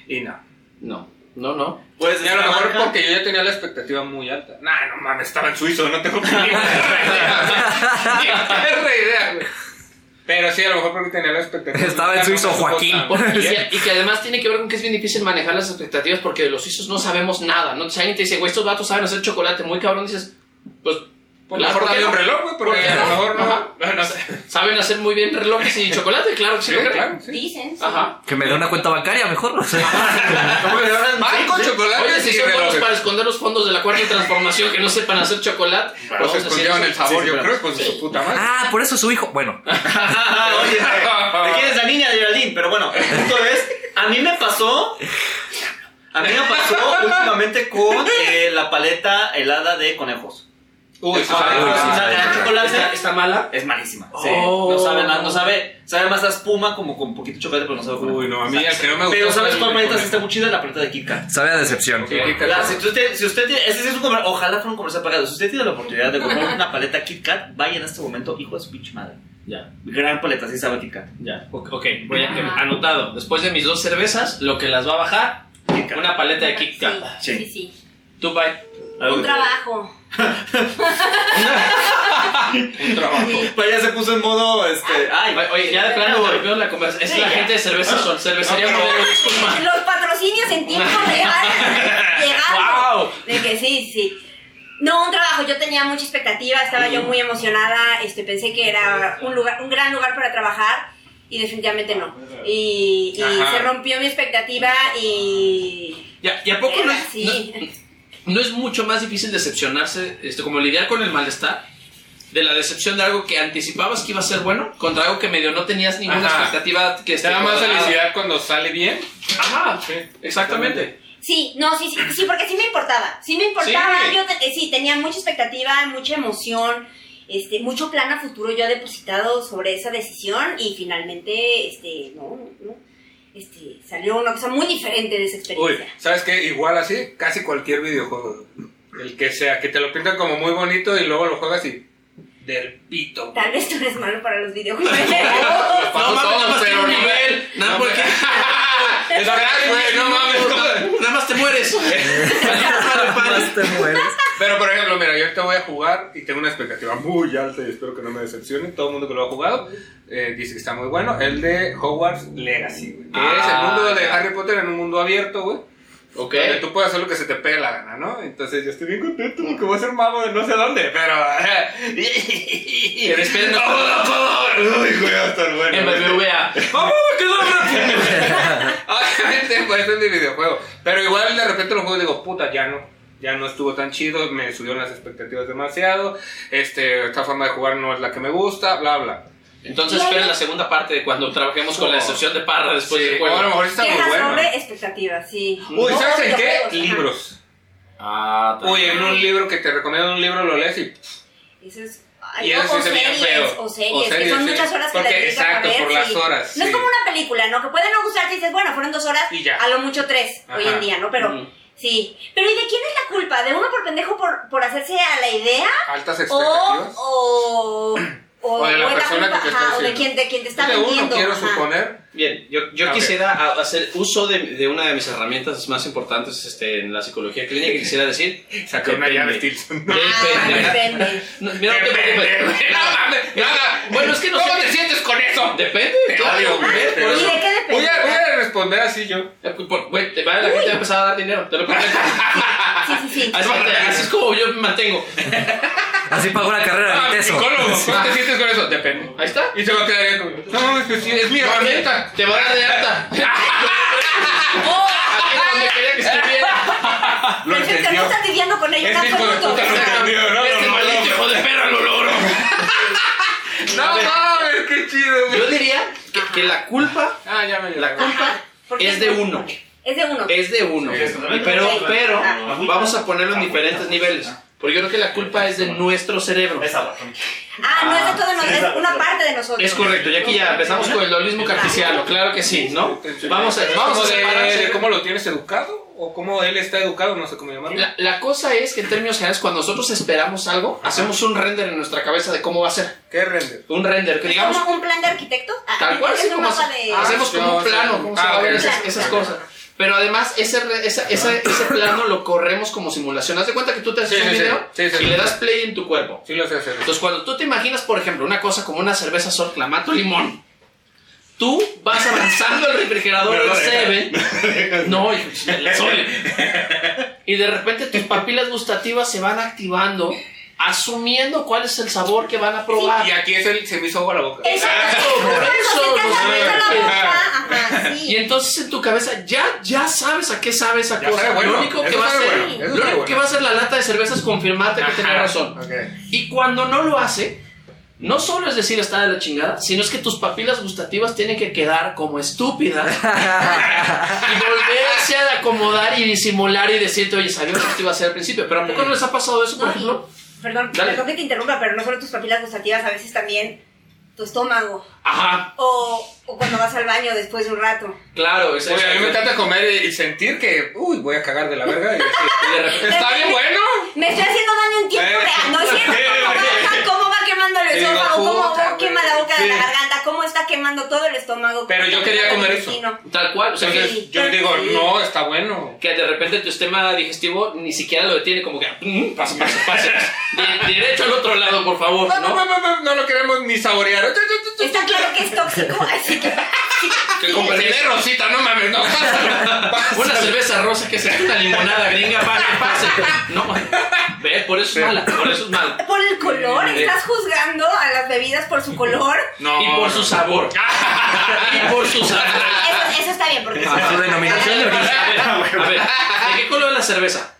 Y no. no, no, no. Pues Y a lo mejor porque yo ya tenía la expectativa muy alta. Nah, no mames, estaba en suizo, no tengo que ni perra idea. Ni perra idea, güey. Pero sí, a lo mejor porque tenía la expectativa. Estaba en suizo, No me supo Joaquín. tan- Porque- y, que- y que además tiene que ver con que es bien difícil manejar las expectativas porque de los suizos no sabemos nada. ¿no? Si alguien te dice, güey, estos vatos saben hacer chocolate muy cabrón, dices, pues. Pues claro, mejor ¿por qué dale un no? reloj, güey, porque ¿Por qué a lo no? mejor Ajá. <laughs> no. No sé. ¿Saben hacer muy bien relojes <laughs> y chocolate? Claro que sí. Sí, ¿no? claro, sí. Dicen. sí. Ajá. Que me dé una cuenta bancaria mejor. O sea, <laughs> Banco, Oye, chocolate si y son buenos relojes. para esconder los fondos de la cuarta transformación que no sepan hacer chocolate, Pero Pues se vamos a hacer escondieron eso. el sabor, Sí, yo pero- creo, con su puta madre. ah, por eso su hijo. Bueno, Ajá, <laughs> <laughs> oye, ¿de quién es la niña de Geraldine? Pero bueno, el punto es, a mí me pasó, a mí me pasó últimamente con eh, la paleta helada de conejos. Uy, sí, Ah, sabe. o sea, sí, la sí. chocolate ¿Está, está mala? es malísima. sí. Oh. No sabe nada, no sabe, sabe más a espuma como con poquito chocolate, pero no sabe a conejo. Uy, no, a mí el que no me gusta. Pero sabes es el cuál de maleta sí conejo. está muy chida, la paleta de Kit Kat. sabe a decepción. Sí, Kit Kat. La- si usted, si usted tiene, ese sí es un comer- ojalá fuera un comercial pagado. Si usted tiene la oportunidad de comprar una paleta Kit Kat, vaya en este momento, hijo de su pinche madre. Ya, Gran paleta, sí sabe a Kit Kat. ya. Ok, ok, voy a, em, anotado. Después de mis dos cervezas, lo que las va a bajar, Kit Kat. una paleta de Kit Kat. Sí, sí, Sí. sí. Tú, bye. Algo Un que- trabajo. Un trabajo. Pero ya se puso en modo, este, ay, Oye, ya <laughs> de plano interrumpimos la conversación. Es Sí, la ya. gente de cerveza sol. Cervecería No, modelo, disculpa. <laughs> Los patrocinios en tiempo real. Llegando. ¡Wow! De que sí, sí. No, un trabajo, yo tenía mucha expectativa, estaba yo muy emocionada, este, pensé que era un, lugar, un gran lugar para trabajar y definitivamente no. Y, y Ajá. se rompió mi expectativa y... Ya, ¿Y a poco no Era es, así. no- no es mucho más difícil decepcionarse, esto, como lidiar con el malestar, de la decepción de algo que anticipabas que iba a ser bueno, contra algo que medio no tenías ninguna Ajá. expectativa que Te da esté más cuadrada? felicidad cuando sale bien. Ajá, exactamente. Sí, no, sí, sí, sí, porque sí me importaba. Sí me importaba, Sí. yo te- eh, sí, tenía mucha expectativa, mucha emoción, este, mucho plan a futuro yo depositado sobre esa decisión y finalmente, este, no, no, este, salió una cosa muy diferente de esa Uy, experiencia. ¿sabes qué? Igual así, casi cualquier videojuego. El que sea, que te lo pintan como muy bonito y luego lo juegas y. Del pito. Tal vez tú eres malo para los <laughs> videojuegos. Pasó todo, nada más pero tiene un no. nivel. Nada No, porque. Es verdad, güey, no mames. <laughs> Nada más te mueres. Te mueres. <laughs> Pero por ejemplo, mira, yo ahorita voy a jugar y tengo una expectativa muy alta y espero que no me decepcione. Todo el mundo que lo ha jugado eh, dice que está muy bueno. El de Hogwarts Legacy, güey. Que es el Ah, mundo de ya. Harry Potter en un mundo abierto, güey. Ok. Donde tú puedes hacer lo que se te pegue la gana, ¿no? Entonces yo estoy bien contento porque voy a ser mago de no sé dónde, pero. <laughs> Pero esperen, no. ¡Vámonos, vámonos! Uy, güey, va a estar bueno. En BBVA. ¡Vamos, que <laughs> Obviamente, pues es mi videojuego. Pero igual de repente los juegos digo, puta, ya no. Ya no estuvo tan chido, me subieron las expectativas demasiado. Este, esta forma de jugar no es la que me gusta, bla, bla. Entonces esperen la segunda parte de cuando trabajemos con la excepción de Parra después Oh. Sí, del o a lo juego. mejor está muy Quejas bueno. sobre expectativas, sí. Uy, No, ¿sabes en qué? videojuegos, ajá. Libros. Ah, también. Uy, en un libro que te recomiendo, un libro lo lees y. Eso es. Y no, eso o, sí se veía series, feo. o series, O que series, son sí. muchas horas que Porque, le dedicas exacto, a ver. por las sí. horas, No es sí. como una película, ¿no? Que puede no gustarte y dices, bueno, fueron dos horas, Y ya. a lo mucho tres, hoy Ajá. en día, ¿no? Pero, Mm. sí. Pero ¿y de quién es la culpa? ¿De uno por pendejo por, por hacerse a la idea? Altas Oh, O, expectativas. o, o, O de la es persona que te está ajá, o de haciendo. quien, de quien te está de uno, vendiendo. quiero ajá. suponer. Bien, yo, yo Ah, quisiera a- hacer uso de, de una de mis herramientas más importantes este, en la psicología clínica. Quisiera decir. Saqué una depende. llave Stilson. Ah, Depende. <laughs> depende. No, mira, no te preocupes. Nada, Bueno, es que no ¿Cómo sé- te sientes con eso? Depende, Te claro. odio, güey, ve, te por odio. eso- Ah, ¿Y de <laughs> qué depende? Voy a, voy a responder así yo. Eh, por- Güey, te va- la gente va a empezar a dar dinero, te lo <laughs> prometo. Ah, ah, Sí, sí, sí. Así, así es como yo me mantengo. Así pagó la carrera Ah, de <laughs> teso. psicólogo, ¿cómo te sientes con eso? Depende. Ahí está. Y se va a quedar bien conmigo. No, es que sí, es mi herramienta. Te va a dar de <laughs> alta. <laughs> Aquí es donde quería que <laughs> estuviera. Lo Perfecto, no entendió. estás lidiando con ello Este tan hijo de pronto. puta lo entendió, ¿no? Este Lo maldito logró. hijo de perra lo logró. No mames, qué chido, güey. Yo diría que, que la culpa, Ah, ya me llegó. la culpa Porque es de uno. Es de uno. Es de uno. Pero, pero vamos a ponerlo en diferentes niveles. Porque yo creo que la culpa es de nuestro cerebro. Es agua. Ah, no es de todo, no, es una parte de nosotros. Es correcto, y aquí ya empezamos con el dualismo cartesiano, claro que sí, ¿no? Vamos a, vamos a ¿Cómo separar de, el de cerebro. cómo lo tienes educado? ¿O cómo él está educado? No sé cómo llamarlo. La, la cosa es que en términos generales, cuando nosotros esperamos algo, hacemos un render en nuestra cabeza de cómo va a ser. ¿Qué render? Un render, que digamos, ¿Como un plan de arquitecto? Ah, tal cual, es así un como mapa hace- de... hacemos Ah, como sí, un plano, sí. cómo se Ah, va a ver ok, esas, ok. esas cosas. Pero además, ese, re- esa- esa- ese plano lo corremos como simulación. Haz de cuenta que tú te haces Sí, un sí, sí. video Sí, sí, y sí. le das play en tu cuerpo. Sí lo sé hacer. Entonces, cuando tú te imaginas, por ejemplo, una cosa como una cerveza sol clamato limón, tú vas avanzando el refrigerador No lo el dejas, Seven. <laughs> No, hijo, el Sol. Y de repente tus papilas gustativas se van activando, asumiendo cuál es el sabor que van a probar. Y aquí es el, se me hizo agua la boca. Exacto, por eso, Cuando se te hace no sé. la boca, <laughs> ajá, Y sí. entonces en tu cabeza ya, ya sabes a qué sabe esa Ya cosa. sabe bueno, lo único que eso va a sabe ser, bueno, eso lo sabe único que bueno. va a ser la lata de cerveza es confirmarte que tenía razón. Ok. Y cuando no lo hace, no solo es decir está de la chingada, sino es que tus papilas gustativas tienen que quedar como <laughs> estúpidas y volverse a acomodar y disimular y decirte, oye, sabía lo que te iba a hacer al principio, pero ¿a poco no les ha pasado eso, por No, ejemplo? y- Perdón, Dale. perdón que te interrumpa, pero no solo tus papilas gustativas, a veces también tu estómago. Ajá, O, o cuando vas al baño después de un rato. claro, es, Oye, a mí me es- encanta comer y- y sentir que, uy, voy a cagar de la verga. Y y decir, <laughs> de repente- Está bien bueno. Me estoy haciendo daño en tiempo Eh. real, ¿no es <laughs> cierto? Eh. ¿Cómo va quemando el Digo, esófago? ¿Cómo puta, va- quema güey. la boca de la Sí. garganta? ¿Cómo está quemando todo el estómago? Pero yo quería comer eso. Intestino. Tal cual, o sea, que, Sí. Entonces yo digo, no, está bueno. que de repente tu sistema digestivo ni siquiera lo detiene, como que, "Mm, pasa, pasa, pasa, <laughs> De- derecho al otro lado, por favor, No, no, ¿no? no, no, no, no lo queremos ni saborear. Está claro que es tóxico, así que... Que con de Rosita, no mames, no, pásalo, pásalo. Una cerveza rosa que se hace una limonada gringa, vale, pase. No, ve, por eso es mala, por eso es mala. Por el color, Eh. estás juzgando a las bebidas por su color. No, Y por su sabor. Y por su sabor. Eso, eso está bien, porque. A su denominación de origen. A ver, a ver, ¿de qué color es la cerveza?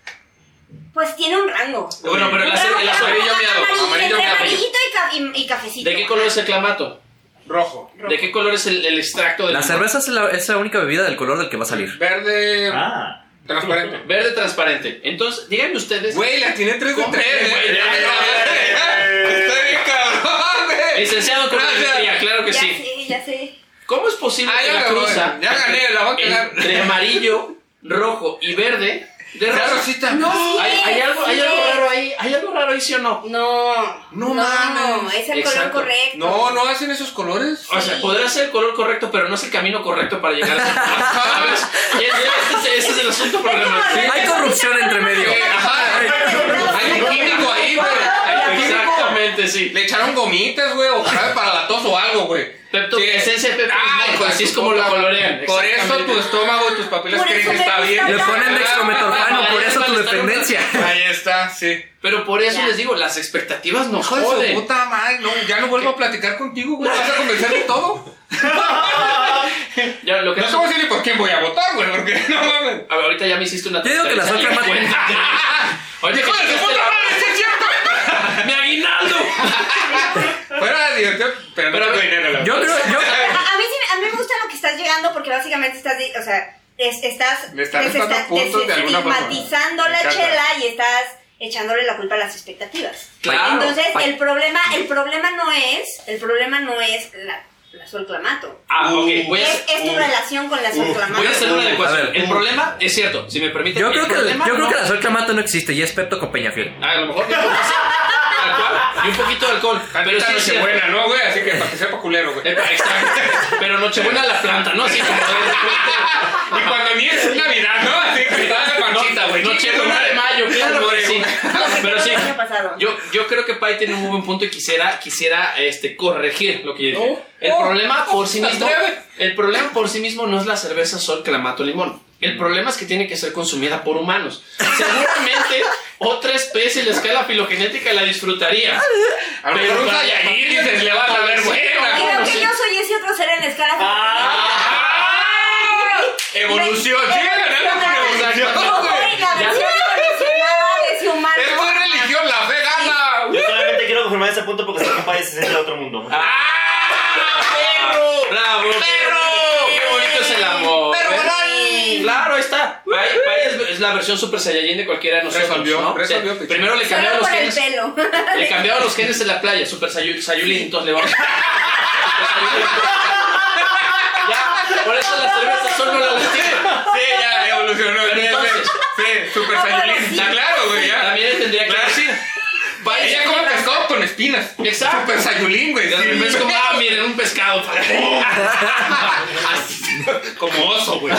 Pues tiene un rango. Bueno, pero la, cer- el Rango, azul. amarillo meado, amarillo, amarillo entre meado. amarillito y, ca- y- y cafecito. ¿De qué color es el clamato? rojo. ¿De qué color es el, el extracto del La cerveza es la, es la única bebida del color del que va a salir. Verde Ah. transparente. Verde transparente. Entonces, díganme ustedes. Güey, la tiene 3 de ¿Cómo? 3. Güey, ya, ya, Estoy bien cabrón, güey. Licenciado en cromatografía, claro que ya sí. sé, ya sé. ¿Cómo es posible Ah, que ya la me voy. cruza Ya gané, la voy a quedar. entre amarillo, rojo y verde de Ya, rosa? Rosita. No, Hay, hay algo, hay Sí. algo raro ahí, hay algo raro ahí, ¿sí o no? No. No mames. Es el Exacto. color correcto. No, no hacen esos colores. O sea, podrá ser el color correcto, pero no es el camino correcto para llegar a ese <laughs> ¿sabes? Y ese, ese es- ese es el asunto Es como problema. la- Hay corrupción entre medio. Sí, Ajá. Hay Hay un químico ahí, Sí, güey. Exactamente, sí. Le echaron gomitas, güey, o jarabe para la tos o algo, güey. Pepto, Sí. esencia de Pepto Ah, Bismol, hijo de así su es como lo puta colorean. madre. Por eso tu exactamente. estómago y tus papilas Por creen eso que me está gusta bien. tanto. Le ponen dextrometorfano, por eso tu dependencia. Ahí está, sí. Pero por eso Ya. les digo, las expectativas nos Hijo de su joden. puta madre, no, ya no vuelvo a platicar <laughs> contigo, güey. Vas a convencerme todo. Ya, lo que No te voy a decir ni por quién voy a votar, güey, porque <laughs> no mames. A ver, ahorita ya me hiciste una Yo digo que la totaliza otra y más- cuenta. <laughs> Oye, ¡Hijo de su quitaste puta la- madre, sí es cierto! <laughs> ¡Mi aguinaldo! Fuera divertido, pero no Pero, tengo güey, dinero, la Yo verdad. creo, yo, A, a mí sí me- a mí me gusta lo que estás llegando porque básicamente estás, di- o sea, es- estás Le estás les restando está- puntos de alguna forma. desestigmatizando Me la encanta. chela y estás echándole la culpa a las expectativas. Claro. Entonces, el problema, el problema no es, el problema no es la, la sol clamato. Ah, ok, voy a Es, hacer- es tu uh, relación con la sol clamato. Voy a hacer una A adecuación. ver. El problema, es cierto, si me permiten. yo el creo que, problema yo creo no- que la sol clamato no existe y es Pepto con Peñafiel. A lo mejor. Tal cual, Y un poquito de alcohol. Pero Tantita sí, es cierto. Nochebuena, ¿no, güey? Así que para que sepa culero, güey. Eh, Exacto. Pero Nochebuena la planta, ¿no? Así como de repente. Y cuando ni es Navidad, ¿no? Así que está de panchita, güey. Nochebuena de mayo, claro que sí. Pero sí. El año pasado. Yo, yo creo que Pai tiene un muy buen punto y quisiera, quisiera este, corregir lo que yo dije. No. El Oh, problema por sí las mismo. nueve. El problema por sí mismo no es la cerveza sol clamato limón. El problema es que tiene que ser consumida por humanos. Seguramente otra especie en la escala filogenética la disfrutaría. A lo mejor Pero un para- Saiyajin dices, le va a ver buena. Creo no que sé. Ah, yo soy ese otro ser en la escala. Evolución, Me- sigue ganando con evolución, Yo soy güey. la versión evolucionada de ese humano. Es buena religión, la fe gana. Yo solamente quiero confirmar ese punto porque sé que Pai se siente de otro mundo. ¡Ah! ¡Perro! ¡Bravo! ¡Perro! ¡Qué bonito es el amor! Pero ¿Ves? ganan. Claro, ahí está. Pai, Pai es, es la versión Super Saiyajin de cualquiera de nosotros. Resolvió, ¿no? resolvió, Pichu. primero le cambiaron los Solo por el genes. pelo. <laughs> Le cambiaron los genes en la playa. Super Saiyu- Saiyulin, entonces le vamos. <laughs> ya, por eso la cerveza solo la tiene. Sí, ya evolucionó. Pero ya, entonces- sí, sí, super Saiyajin. Ya, claro, güey, ya. También le tendría que Claro. decir. Pai, Ella como pescado con espinas. Exacto. Super Saiyajin, güey. De sí. repente es como, ah, miren, un pescado. Como oso, güey.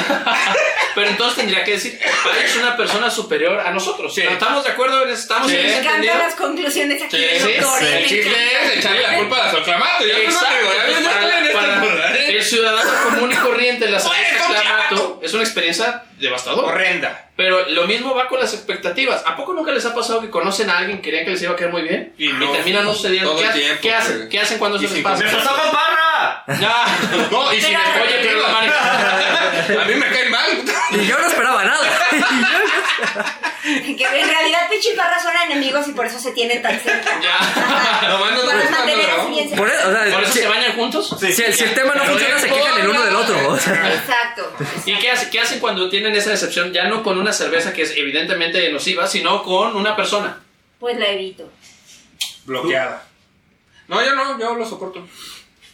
Pero entonces tendría que decir, Pai es una persona superior a nosotros. Sí. ¿No ¿Estamos de acuerdo? en eso? ¿Estamos Sí. en Me ese entendido? encantan las conclusiones aquí Sí, de sí, doctores. El me chiste es encantan. echarle la culpa a la Soclamato. Yo no me Exacto, digo, ya, yo no estoy en para- esta para temporada, ¿eh? el ciudadano común y corriente, la cerveza Oye, clamato es una experiencia devastadora. Horrenda. Pero lo mismo va con las expectativas. ¿A poco nunca les ha pasado que conocen a alguien, creían que les iba a caer muy bien? Y no. termina no sucediendo. Todo ¿Qué, el ha- tiempo, qué hacen? güey. ¿Qué hacen cuando Y eso les sin pasa? ¡Me pasó con Parra! <laughs> Ya. No, y sin Pero- Oye, pero la expectativas. A mí me cae mal. Y yo no esperaba nada. <laughs> Que en realidad Pichi y Parra son enemigos y por eso se tienen tan <laughs> cerca. Ya. Nomás nos Para gusta cuando mantener la grabamos. ciencia. Por eso, o sea, ¿Por eso si, se bañan juntos? si el, si el tema no funciona, <laughs> se quejan el uno del otro. o sea. Exacto. ¿Y qué, hace- qué hacen cuando tienen esa decepción? Ya no con una cerveza que es evidentemente nociva, sino con una persona. Pues la evito. Bloqueada. No, yo no, yo lo soporto.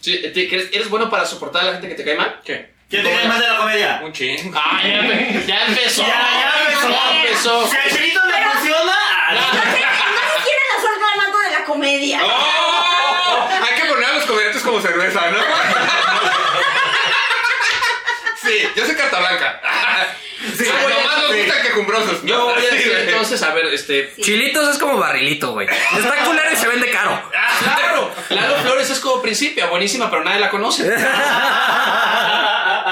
Sí, eh, te- que ¿Eres eres bueno para soportar a la gente que te cae mal? ¿Qué? ¿Quién te cae más de la comedia? Un chingo. Ah, ya, empe- ya empezó. Ya, ya empezó. Ya empezó. Si el chelito me funciona, ah, Entonces, entonces quieren la sol hablando de la comedia. ¡Oh! Hay que poner a los comediantes como cerveza, ¿no? Sí, yo soy Cartablanca. Sí, yo voy a- nomás nos Ah, sí. gustan quejumbrosos. Yo voy a Sí, decir güey. entonces, a ver, este. Chilitos es como barrilito, güey. Está culero y se vende caro. Ah, claro, Lalo Flores es como Principia, buenísima, pero nadie <laughs> la conoce. ah,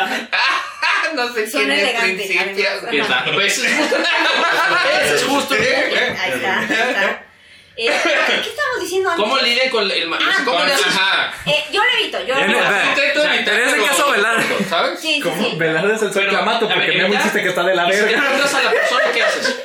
No sé Son quién es elegantes, Principia. además. ¿Qué tal? Pues es justo. Ese es justo. el punto. Ahí está, ahí <laughs> está. Eh, ¿Qué estamos diciendo antes? ¿Cómo lidian con el ma- Ah, ¿Cómo le hacen? Ajá. Eh, yo la evito, yo la En el- Ah, evito. espera. Intento evitar, en ese pero- caso, velar. ¿Sabes? Sí, sí, sí. Velarde es el sol Pero, clamato a ver, porque ah, me ¿verdad? dijiste que está de la Y Si verga. ya encuentras a la persona, ¿qué haces?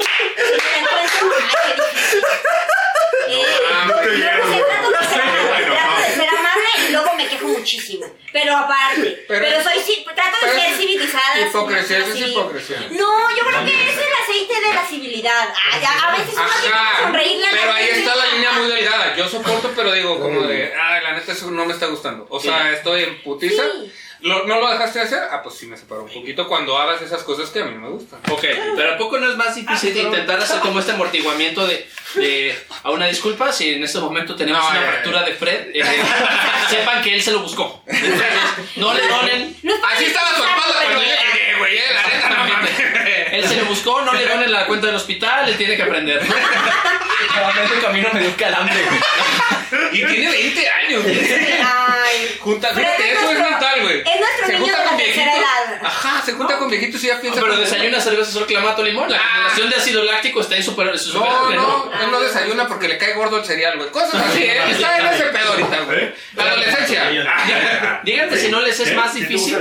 Trato de ser amable y luego me quejo muchísimo. Pero aparte, pero, Pero- soy ci- trato pero de ser es civilizada. hipocresía, eso es así. hipocresía. No, yo creo que es el aceite de la civilidad. Ay, a, a veces uno tiene que Ajá. sonreírle a la Pero ahí gente. está la línea muy delgada. Yo soporto, pero digo, como de, ah, la neta, eso no me está gustando. O sea, estoy en putiza. Sí. Lo- ¿No lo dejaste de hacer? Ah, pues sí, me separo un poquito cuando hagas esas cosas que a mí <laughs> me gustan. Ok, pero ¿a poco no es más difícil intentar hacer como este amortiguamiento de, de- a una disculpa si en este momento tenemos No, una ya, ya. fractura de Fred? eh, sepan que él se lo buscó. Entonces, no le donen. No está Así estaba su espalda pero- cuando yo llegué, güey, eh, la neta, no mames. Él se lo buscó, no le donen la cuenta del hospital, él tiene que aprender. Nuevamente camino me dio un calambre, güey. Y tiene 20 años, güey. Ay. Junta, Pero fíjate, es eso nuestro- es mental, güey. es nuestro Se niño junta de la con tercera viejitos. edad. Ajá, se junta con viejitos y ya piensa. Ah, Pero como- desayuna cerveza sol clamato limón. La combinación de ácido láctico está insuperable. No, insuperable, no, él no desayuna porque le cae gordo el cereal, güey. Cosas así, ¿eh? Está en ese pedo ahorita, güey. La <laughs> adolescencia. Díganme si no les es más difícil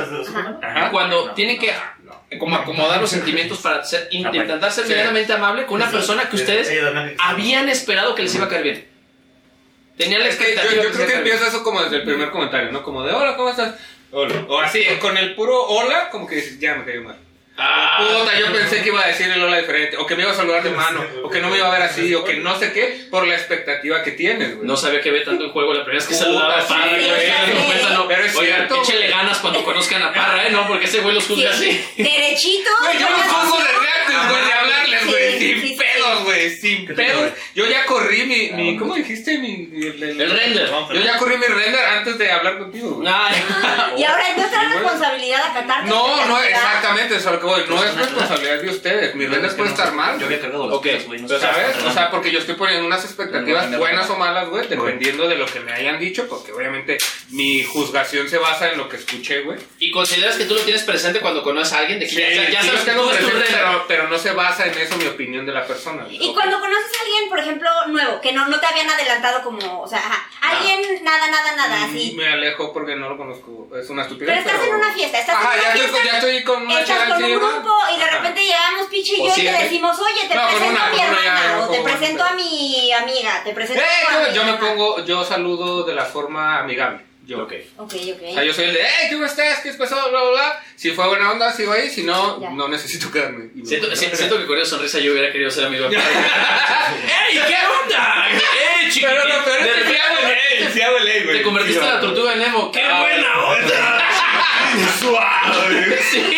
Ajá. cuando tienen que Ah, como acomodar los sentimientos para ser- intentar ser Sí. medianamente amable con una persona que ustedes habían esperado que les iba a caer bien. Tenían la Es que yo, expectativa. yo creo que les iba a caer empieza eso como desde el primer comentario, ¿no? Como de, hola, ¿cómo estás? Hola. O así, con el puro hola, como que dices, ya me cayó mal. Ah, Puta, yo pensé que iba a decir el hola diferente, o que me iba a saludar de mano, o que no me iba a ver así, o que no sé qué, por la expectativa que tienes, bien. güey. No sabía que ve tanto el juego la primera vez que Puta, saludaba a sí, Parra. güey. güey, la recompensa no. Pero es Oigan, cierto, échenle ganas cuando conozcan a Parra, ¿eh? No, porque ese güey los Sí, juzga así. Derechito. Pues Güey, yo me pongo de reactos, güey, de Ajá. hablarles, güey, Sí, sin sí, sí. pedos, güey, sin ¿Qué te pedos. parece? Yo ya corrí mi, mi ¿cómo dijiste? Mi, mi- el- el- El render. Yo ya corrí mi render antes de hablar contigo, güey. Ay. <laughs> Y ahora es nuestra Sí, güey. responsabilidad acatarte. No, no, ¿verdad? exactamente, eso es a lo que voy. No es responsabilidad de ustedes. Mi render puede estar mal. Yo había cargado las Ok, cosas, güey. no Pero, sé. ¿sabes? O sea, porque yo estoy poniendo unas expectativas buenas o malas, güey, dependiendo de lo que me hayan dicho, porque obviamente mi juzgación se basa en lo que escuché, güey. ¿Y consideras que tú lo tienes presente cuando conoces a alguien? De que ya- ya, Sí, sabes lo que tengo no es tu presente, render. pero, pero no se basa en eso mi opinión de la persona. güey. Y cuando conoces a alguien, por ejemplo, nuevo, que no, no te habían adelantado como, o sea, ajá, alguien nada, nada, nada, Mm, así. Me alejo porque no lo conozco. Es una estupidez. Pero estás en una fiesta, estás Ajá, en ya una estoy, fiesta, con- ya estoy con una estás chica con un encima. grupo y de Ajá. repente llegamos Pichi y O yo y te siete. decimos, oye, te No, con presento una, a mi con una ya, hermana, no o te como- presento a mi amiga, te presento Eh, a mi yo, yo me amiga. pongo, yo saludo de la forma amigable. Yo. Ok, O sea, ok. yo soy el de, hey, ¿cómo estás? ¿Qué pasó? Bla, bla, bla. Si fue buena onda, sigo ahí. Si no, Ya. no necesito quedarme. Y me Siento, voy. si- siento que con esa sonrisa yo hubiera querido ser amigo de Parra. <laughs> ¡Ey, qué onda! ¡Ey, chiquitín! Pero lo peor es De que repente sí hago el- Sí, hago el ley, güey. Te convertiste en la tortuga de Nemo. ¡Qué Ah, buena <laughs> onda! Suave. Sí.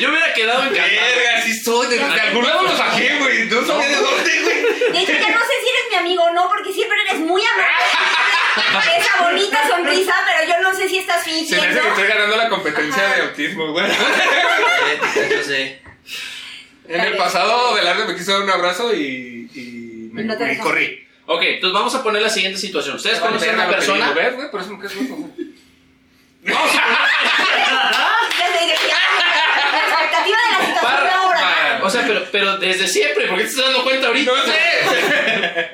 Yo hubiera quedado encantado. Verga, sí soy. De De algún lado lo saqué, güey. No sabía de dónde, güey. De hecho, ya no sé si eres mi amigo o no, porque siempre eres muy <laughs> amable. Esa bonita sonrisa, pero yo no sé si estás Se me hace fingiendo. que estoy ganando la competencia Ajá. de autismo, güey. <laughs> Yo sé. En el pasado, Belardo me quiso dar un abrazo y, y me, No te me dejaste. corrí. Ok, entonces vamos a poner la siguiente situación. Ustedes Vale, conocen a una verga, lo que persona. digo, ¿Ves, güey? Por eso me quedas loco, güey. Desde que- La expectativa de la situación de Parra. ahora. O sea, pero, pero desde siempre, ¿por qué te estás dando cuenta ahorita? No sé.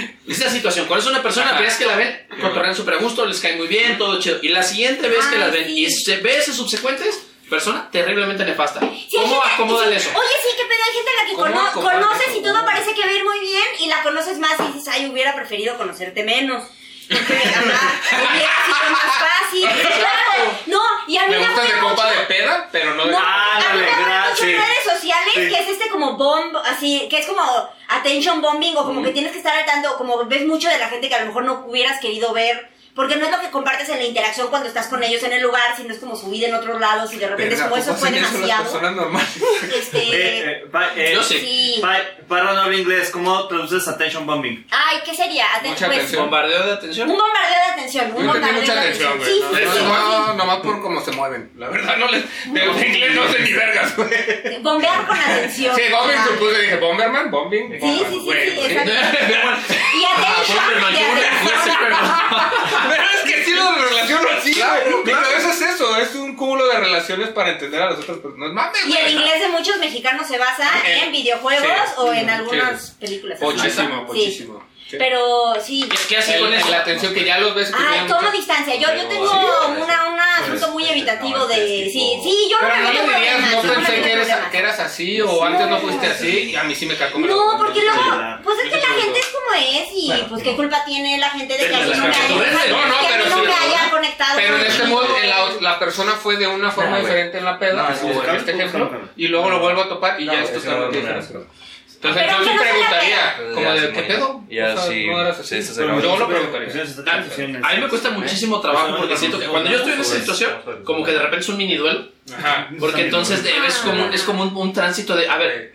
<laughs> Esta situación, ¿cuál es una persona? Ajá. Ves que la ven, cotorrean súper a gusto, les cae muy bien, todo chido. Y la siguiente vez que Ay, la ven Ah, sí. y se ve sus subsecuentes, persona terriblemente nefasta. Sí, hay ¿Cómo gente- acomodan sí, eso? Oye, sí, qué pedo. Hay gente a la que ¿Cómo cono- acomodan conoces eso? y todo parece que va a ir muy bien y la conoces más y dices, ay, hubiera preferido conocerte menos. Porque, ajá, hubiera sido más <laughs> fácil. Claro. No, y a mí Me me gustas aburre de copa mucho- de peda, pero no de. No, Ah, a mí me dale, aburre gra- mucho en sí. redes sociales Sí. que es este como bomb, así, que es como attention bombing o como que tienes que estar al tanto, como ves mucho de la gente que a lo mejor no hubieras querido ver. Porque no es lo que compartes en la interacción cuando estás con ellos en el lugar, sino es como su vida en otros lados y de repente es Verga, como ¿cómo eso fue hacen las demasiado. personas normales. <laughs> Este. Eh, eh, pa- eh, Yo sé. Sí. pa- Para no hablar inglés, ¿cómo traduces attention bombing? Ay, ¿qué sería? Aten- Mucha pues, atención. Bombardeo de atención. Un bombardeo de atención. Un No tenía bombardeo de mucha atención, atención. güey. Sí, No, sí, sí, no, no, nomás por cómo se mueven. La verdad, no les. De los inglés no sé ni vergas, güey. sí. Bombear con atención. Sí, bombing Ah. supuse, dije, Bomberman, bombing. Sí, Bomberman, sí, sí, güey. sí, <laughs> exacto. Y Ah, atención. Bomberman, y yo me atención. fui a ese perro. Pero es que sí lo relaciono así, Claro, güey. Mi claro. cabeza es eso, es un cúmulo de relaciones para entender a las otras personas. Mames, Y güey. el inglés de muchos mexicanos se basa Eh, en videojuegos sí. o en Mm, algunas sí. películas. Pochísimo, Sí. pochísimo. Sí. Pero sí. ¿Qué- ¿Qué hace El- con eso? La atención que ya los ves. que Ay, tienen tomo mucho- distancia. Yo, yo Pero- tengo Sí, una, un asunto eres- muy eres- evitativo no, de. eres Sí, tipo- sí, yo este, Pero me no meto le en dirías, problemas, no me pensé meto que en eres, problemas. que eras así o antes no fuiste así. y A mí sí me cagó. No, porque no. luego, pues es que la Sí. gente es como es y pues qué culpa tiene la gente de que a mí no Pero me haya, es- No, no, que a mí pero no sí, me ¿no? haya conectado. Pero en con este el modo mundo. la, la persona fue de una forma Ah, No, güey. diferente en la peda, No, sí, como en claro, este tú, ejemplo, claro. y luego lo vuelvo a topar y No, ya esto eso está no, muy no, diferente. no, no. Entonces Pero yo sí que no se la preguntaría, peda. como Ya, de sí, qué pedo, ya, O sea, sí. no eras así. Sí, eso se Yo acabó. lo preguntaría. A mí me ¿Eh? cuesta muchísimo trabajo Pues, porque siento que cuando yo estoy en esa situación, como que de repente es un mini duelo. Ajá. Porque entonces de- es como, es como un, un tránsito de, a ver,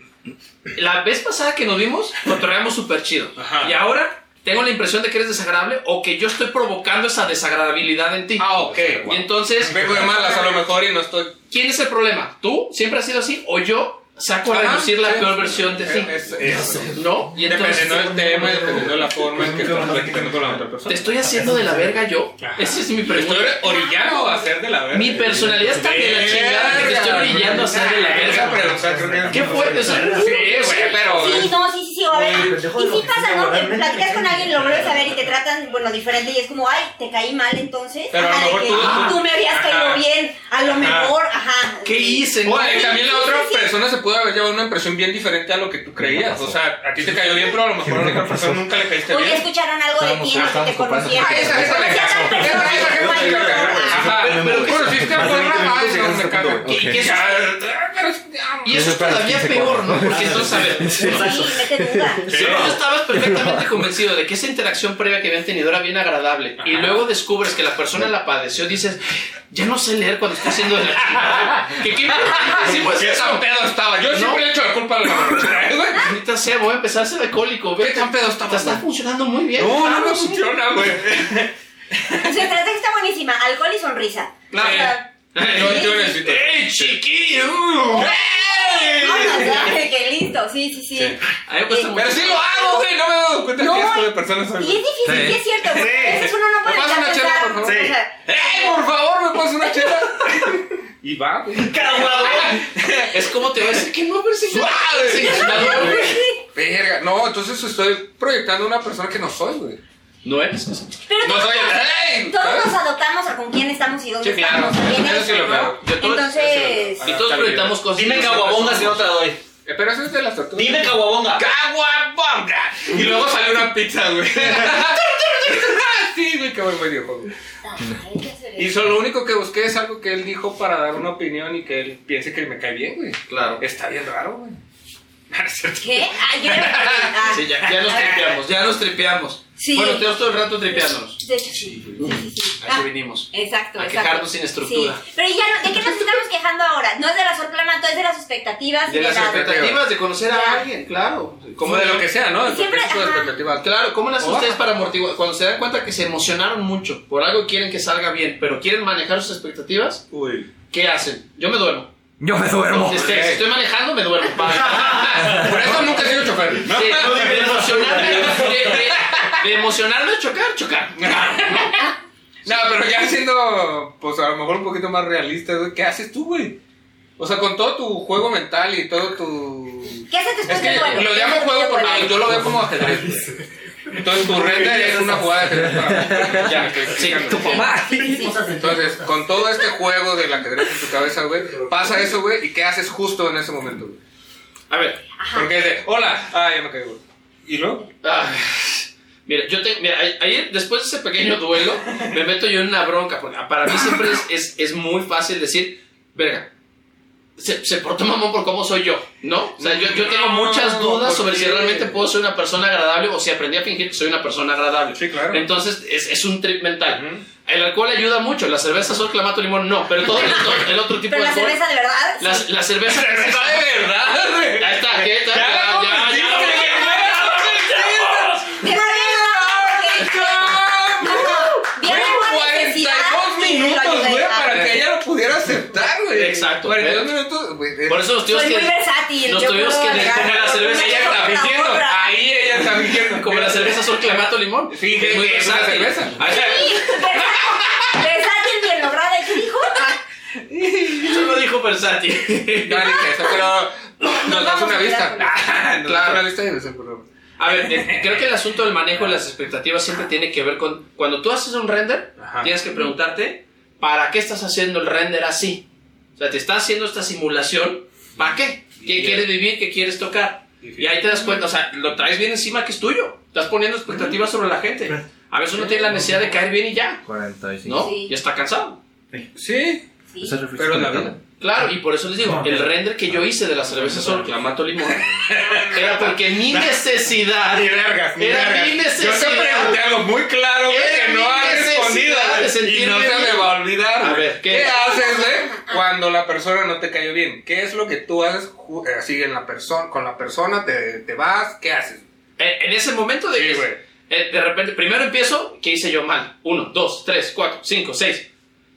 la vez pasada que nos vimos, cotorreamos súper chido. Ajá. Y ahora tengo la impresión de que eres desagradable o que yo estoy provocando esa desagradabilidad en ti. Ah, ok. Y entonces, Vengo de malas a lo mejor y no estoy. ¿quién es el problema? ¿Tú siempre has sido así o yo saco a Ajá, reducir la sí. peor versión de ti. Es- es- ¿No? Y entonces Dependiendo del tema y dependiendo de la forma en que estás platicando con la otra persona. te estoy haciendo de la verga yo. Ajá. Esa es mi Pero estoy pregunta. orillado a hacer de la verga. Mi personalidad está de la chingada que te estoy orillando a hacer de la Esa verga. pregunta creo que- ¿Qué fue? O sea, Sí, güey, pero. Sí, no, sí, sí, sí, a ver. Y pendejo de la sí pasa, oficina, ¿no? Que ¿verdad? platicas con alguien, lo vuelves a ver y te tratan, bueno, diferente y es como, ay, te caí mal entonces. Pero a lo Ajá, de mejor que tú- tú- me habías caído ajá. bien, a lo mejor, ajá. ¿Qué hice? no? Oye, también la otra Sí, sí, sí. persona se pudo haber llevado una impresión bien diferente a lo que tú creías. O sea, a ti te cayó bien, pero a lo mejor a la otra persona nunca le caíste Oye, bien. escucharon algo de ti en lo que te conocían. Ah, esa, esa le casó. Esa, esa gente le casó. Ajá, pero tú conociste a Juan Rafael, no me cago. Ok. Y- y eso- Y eso es todavía peor, ¿no? Porque entonces, a ver, <laughs> Sí, mete duda. Si tú estabas perfectamente convencido de que esa interacción previa que habían tenido era bien agradable y luego descubres que la persona la padeció, dices, ya no sé leer cuando estoy haciendo de la chingada. Que qué <laughs> importante, sí, pues, Qué tan pedo estaba. Yo No. siempre le echo la culpa a la mujer, güey. Ahorita sea, voy a empezar a ser alcohólico. Ve, ¿Qué tan pedo te estaba? está funcionando muy bien. No, no me Vamos. funciona, güey. Su estrategia está buenísima, alcohol y sonrisa. Claro. O sea, Yo, yo necesito. ¡Ey, chiquillo! vámonos, ya, de que listo, sí, sí, sí. A mí me cuesta Pero mucho. sí lo hago, güey. No me he dado cuenta No, que esto güey. de personas Y es soy. difícil, Sí. sí es cierto, porque Sí. a veces uno no ¿Me puede pasas dejar una de chela, estar- por favor? o sea, ¡Ey, por favor, me pasas una chela! Y va, güey. Es como te voy a decir que no, pero si yo- Suave. <laughs> <laughs> Sí, no, güey. Verga, no, entonces estoy proyectando una persona que no soy, güey. No eres. Pero No todos- soy el rey. Todos ¿sabes? nos adoptamos a con quién estamos y dónde Sí, claro. estamos. ¿quién Eso eres, sí lo no? veo. Yo todo- Entonces, Y todos proyectamos cosas. Dime caguabonga si no te la doy. Eh, Pero eso es de las tortugas. Dime caguabonga. ¡Caguabonga! Y luego salió una pizza, güey. sí, güey, qué buen videojuego. ah, hay que hacer Y eso. solo lo único que busqué es algo que él dijo para dar una opinión y que él piense que me cae bien, güey. Claro. Está bien raro, güey. No, es cierto. ¿Qué? Ah, yo creo que- ah. Sí, ya, ya nos tripeamos, ya nos tripeamos. Sí. Bueno, tenemos todo el rato tripeándonos. De hecho, sí. sí, sí, sí. A Ah, eso vinimos. Exacto, A exacto. quejarnos sin estructura. Sí. Pero ya, no- ¿de qué nos estamos quejando ahora? No es de la sorplanato, es de las expectativas. y De las expectativas de conocer a Ya. alguien, claro. Como de lo que sea, ¿no? Y siempre, Entonces, ajá. expectativas. Claro, ¿cómo las O ustedes baja. para amortiguar? Cuando se dan cuenta que se emocionaron mucho, por algo quieren que salga bien, pero quieren manejar sus expectativas, Uy. ¿qué hacen? Yo me duermo. Yo me duermo. Este, si estoy manejando, me duermo. Bye. Por eso nunca he sido chofer. Sí, de, emocionarme, de, de- de emocionarme a chocar, chocar. No, pero ya siendo, pues a lo mejor un poquito más realista, güey, ¿qué haces tú, güey? O sea, con todo tu juego mental y todo tu... ¿Qué haces después Es que del duelo? lo ¿Qué este llamo haces juego después del porque duelo? yo lo veo como ajedrez. güey. Entonces tu render es una jugada de ajedrez para mí. Ya, estoy Sí, explicando. tu mamá. Entonces, con todo este juego del ajedrez en tu cabeza, güey, pasa eso, güey, ¿y qué haces justo en ese momento, güey? A ver, Porque es de, hola, ah, ya me caí, güey. ¿Y luego? Ah, Mira, yo te, mira, a- ayer, después de ese pequeño duelo, me meto yo en una bronca. Porque para mí siempre es, es, es muy fácil decir, verga, se, se portó mamón por cómo soy yo, ¿no? O sea, yo, yo tengo muchas No, dudas sobre ¿por si qué? realmente puedo ser una persona agradable o si aprendí a fingir que soy una persona agradable. Sí, claro. Entonces, es, es un trip mental. El alcohol ayuda mucho, la cerveza sol, clamato, limón, no, pero todo el, todo el otro tipo Pero de la alcohol. cerveza de verdad. la, la cerveza. de verdad, güey! Ahí está, ¿qué tal? Ya, Ya, ya, ya, ya, ya, ya. <laughs> ¡Qué maravilla! Bien, Fueron la 42 necesidad y la minutos, güey, libertad. para que ella lo pudiera aceptar, güey. Exacto. 42 minutos, güey. Por eso los tíos Soy que. muy versátil. Los yo tuvimos puedo que agregar como la una cerveza cosa ya con está la fingiendo. otra. Ahí ella está fingiendo. Como la cerveza sol clamato limón. Sí, que muy es una versátil. cerveza. A ver, Sí, versátil, Versátil, bien lograda. ¿Y qué dijo? Eso no dijo versátil. <laughs> No, ni que eso, pero nos das vamos una a vista. quedar con Ah, <laughs> Nos das Claro. una vista y nos acordamos. A ver, eh, creo que el asunto del manejo de las expectativas siempre tiene que ver con. Cuando tú haces un render, Ajá. tienes que preguntarte: ¿para qué estás haciendo el render así? O sea, te está haciendo esta simulación, ¿para qué? ¿Qué Bien. quieres vivir? ¿Qué quieres tocar? Y ahí te das cuenta, o sea, lo traes bien encima que es tuyo. Estás poniendo expectativas sobre la gente. A veces uno tiene la necesidad de caer bien y ya, 45. ¿no? Sí. Ya está cansado. Sí, Sí. pero la vida. Claro, y por eso les digo, el render que Ah, yo hice de la cerveza sol, clamato limón, <laughs> era porque mi <laughs> necesidad, eh, Ni vergas, ni Era vergas. mi Yo te necesidad. pregunté algo muy claro, güey, Era que no mi has necesidad respondido. de güey, Y sentirme no se bien. me va a olvidar. A güey. ver, ¿qué? ¿qué, haces, güey, cuando la persona no te cayó bien? ¿Qué es lo que tú haces ju- eh, así en la persona, con la persona? ¿Te, te vas? ¿Qué haces? eh, en ese momento de Sí, que- güey. eh, de repente, primero empiezo, ¿qué hice yo mal? Uno, dos, tres, cuatro, cinco, seis.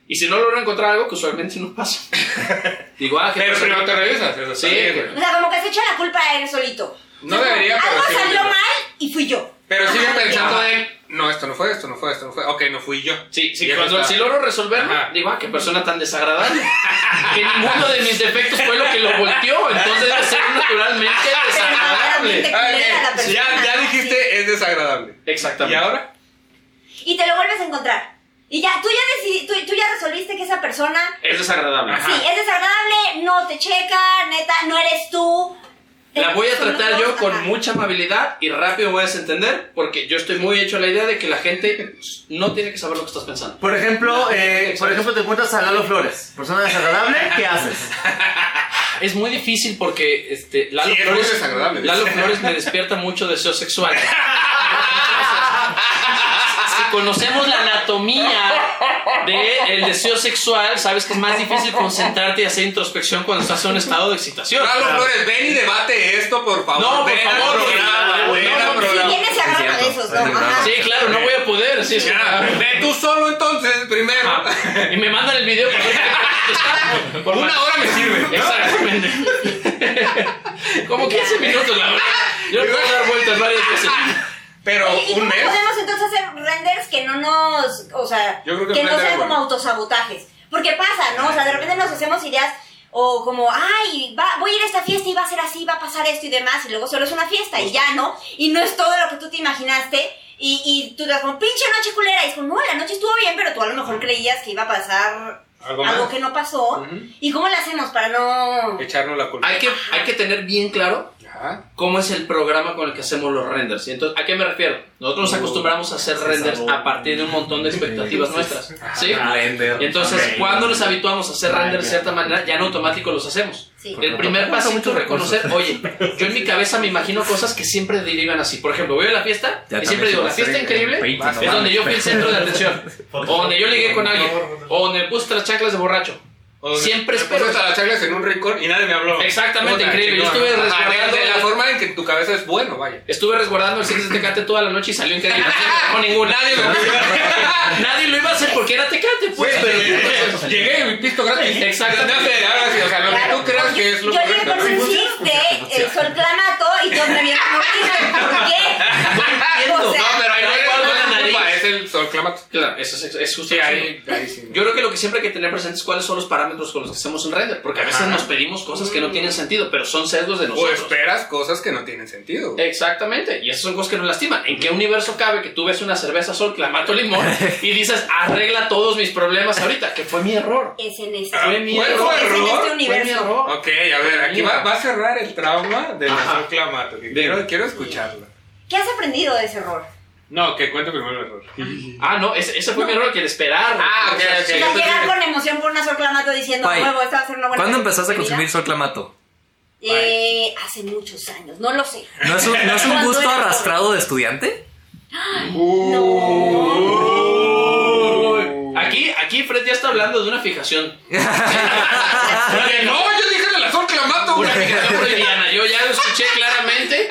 Y si no logro encontrar algo, que usualmente no pasa. <laughs> Digo, ah, ¿qué Pero pasa? primero te revisas, eso Sí, también, güey. güey. O sea, como que se echa la culpa a él solito. No debería, pero Algo sí, salió güey. mal y fui yo. Pero sigue Ajá, pensando ya. en, no, esto no fue, esto no fue, esto no fue. Ok, no fui yo. Sí, sí, Y eso cuando está. si logro resolverlo, Ajá. digo, ah, qué persona tan desagradable. <laughs> que ninguno de mis defectos fue lo que lo volteó, entonces debe ser naturalmente desagradable. Verdaderamente culera la Ah, ok, persona. ya, ya dijiste, es desagradable. ¿Y Exactamente. ahora? Y te lo vuelves a encontrar. Y ya, tú ya, decidi- tú, tú ya resolviste que esa persona, Es desagradable. sí, es desagradable, no te checa, neta, no eres tú. La voy a Son tratar los yo dos, ajá. con mucha amabilidad y rápido voy a desentender porque yo estoy muy hecho a la idea de que la gente no tiene que saber lo que estás pensando. Por ejemplo, No, eh, exacto. por ejemplo, te encuentras a Lalo Flores, persona desagradable, ¿qué haces? Es muy difícil porque este, Lalo, Sí, es muy Flores, desagradable. Lalo Flores me despierta mucho deseo sexual. Entonces, si conocemos la anatomía del deseo sexual, sabes que es más difícil concentrarte y hacer introspección cuando estás en un estado de excitación. Pablo Flores, ven y debate esto, por favor. No, por ven al favor, programa, no, ven no, al no, Si programa. vienes y agarra uno de esos, ¿no? Ajá. Sí, claro, no voy a poder. Sí, sí. Ya, ve tú solo entonces, primero. Ajá. Y me mandan el video para ver qué tal está. Por Una hora me sirve. ¿no? Exactamente. Como 15 minutos, la verdad. Yo le voy a dar vueltas varias veces. Pero ¿Y un cómo mes. podemos entonces hacer renders que no nos, o sea, Yo creo que que, un no render es sean como bueno. autosabotajes? Porque pasa, ¿no? O sea, de repente nos hacemos ideas o como, ay, va- voy a ir a esta fiesta y va a ser así, va a pasar esto y demás, y luego solo es una fiesta y ya, ¿no? Y no es todo lo que tú te imaginaste. Y, y tú te vas como, pinche noche culera. Y es como, no, la noche estuvo bien, pero tú a lo mejor creías que iba a pasar Algo algo, más. que no pasó. ¿Y cómo lo hacemos para no...? Echarnos la culpa. Hay que, hay que tener bien claro Ajá. cómo es el programa con el que hacemos los renders. ¿sí? Entonces, ¿a qué me refiero? Nosotros nos acostumbramos a hacer renders a partir de un montón de expectativas nuestras. ¿Sí? Ah, Blender. Y entonces, cuando nos habituamos a hacer renders de cierta manera, ya en automático los hacemos. Sí. El primer paso es reconocer, oye, yo en mi cabeza me imagino cosas que siempre derivan así. Por ejemplo, voy a la fiesta Ya y siempre también digo, se va la a fiesta hacer increíble en Paint, es no donde mames. yo fui el centro <laughs> de atención. O donde yo ligué con alguien. O donde me puse las chanclas de borracho. O donde Siempre me espero- puse hasta las chanclas en un rincón y nadie me habló. Exactamente, Puta, increíble. Yo chingón. estuve Ajá, resguardando De la el- forma en que tu cabeza es bueno, vaya. Estuve resguardando el sexo de Tecate toda la noche y salió increíble. No me dejó ningún. Nadie, <laughs> lo- nadie lo iba a hacer porque era Tecate, pues. pero entonces- <laughs> Llegué y mi pisto gratis. Exactamente. No sé, ahora sí, o sea, lo que Claro. tú creas que es lo yo llegué correcto. por ¿no? un chiste, el sol clamato y todos me vieron como, ¿por qué? entiendo. <laughs> O sea, No, pero ahí Pero no hay es algo en la la nariz. culpa, es el solclamato. Claro, eso es, es justo. Sí, eso. ahí, ahí sí. Yo creo que lo que siempre hay que tener presente es cuáles son los parámetros con los que hacemos un render. Porque a veces nos pedimos cosas que no tienen sentido, pero son sesgos de O nosotros. esperas cosas que no tienen Eh, sentido. Exactamente, y esas son cosas que nos lastiman. ¿En qué universo cabe que tú ves una cerveza sol, clamato limón y dices, arregla todos mis problemas ahorita? Que fue mi error. es en este. Ah, Fue mi ¿Fue tu error. Es en error? este Fue mi universo. error. Ok, a ver, aquí va, Mira. va a cerrar el trauma del Ajá. solclamato. que Quiero, quiero escucharlo. ¿Qué has aprendido de ese error? No, que cuento primero el error. Ah, no, ese, ese fue mi error, que el esperar. Ah, ok, ok. O sea, llegar con emoción por una sol clamato diciendo, Pai, nuevo, esta va a ser una buena ¿Cuándo noche empezaste a de vida"? consumir sol clamato? Eh, hace muchos años, no lo sé. ¿No es un, no es un Cuando gusto era arrastrado de estudiante? Uh. Uy. Aquí, aquí Fred ya está hablando de una fijación. <laughs> Oye, <laughs> no, yo dije de la solclamato, Una güey. <laughs> fijación freudiana. Yo ya lo escuché claramente.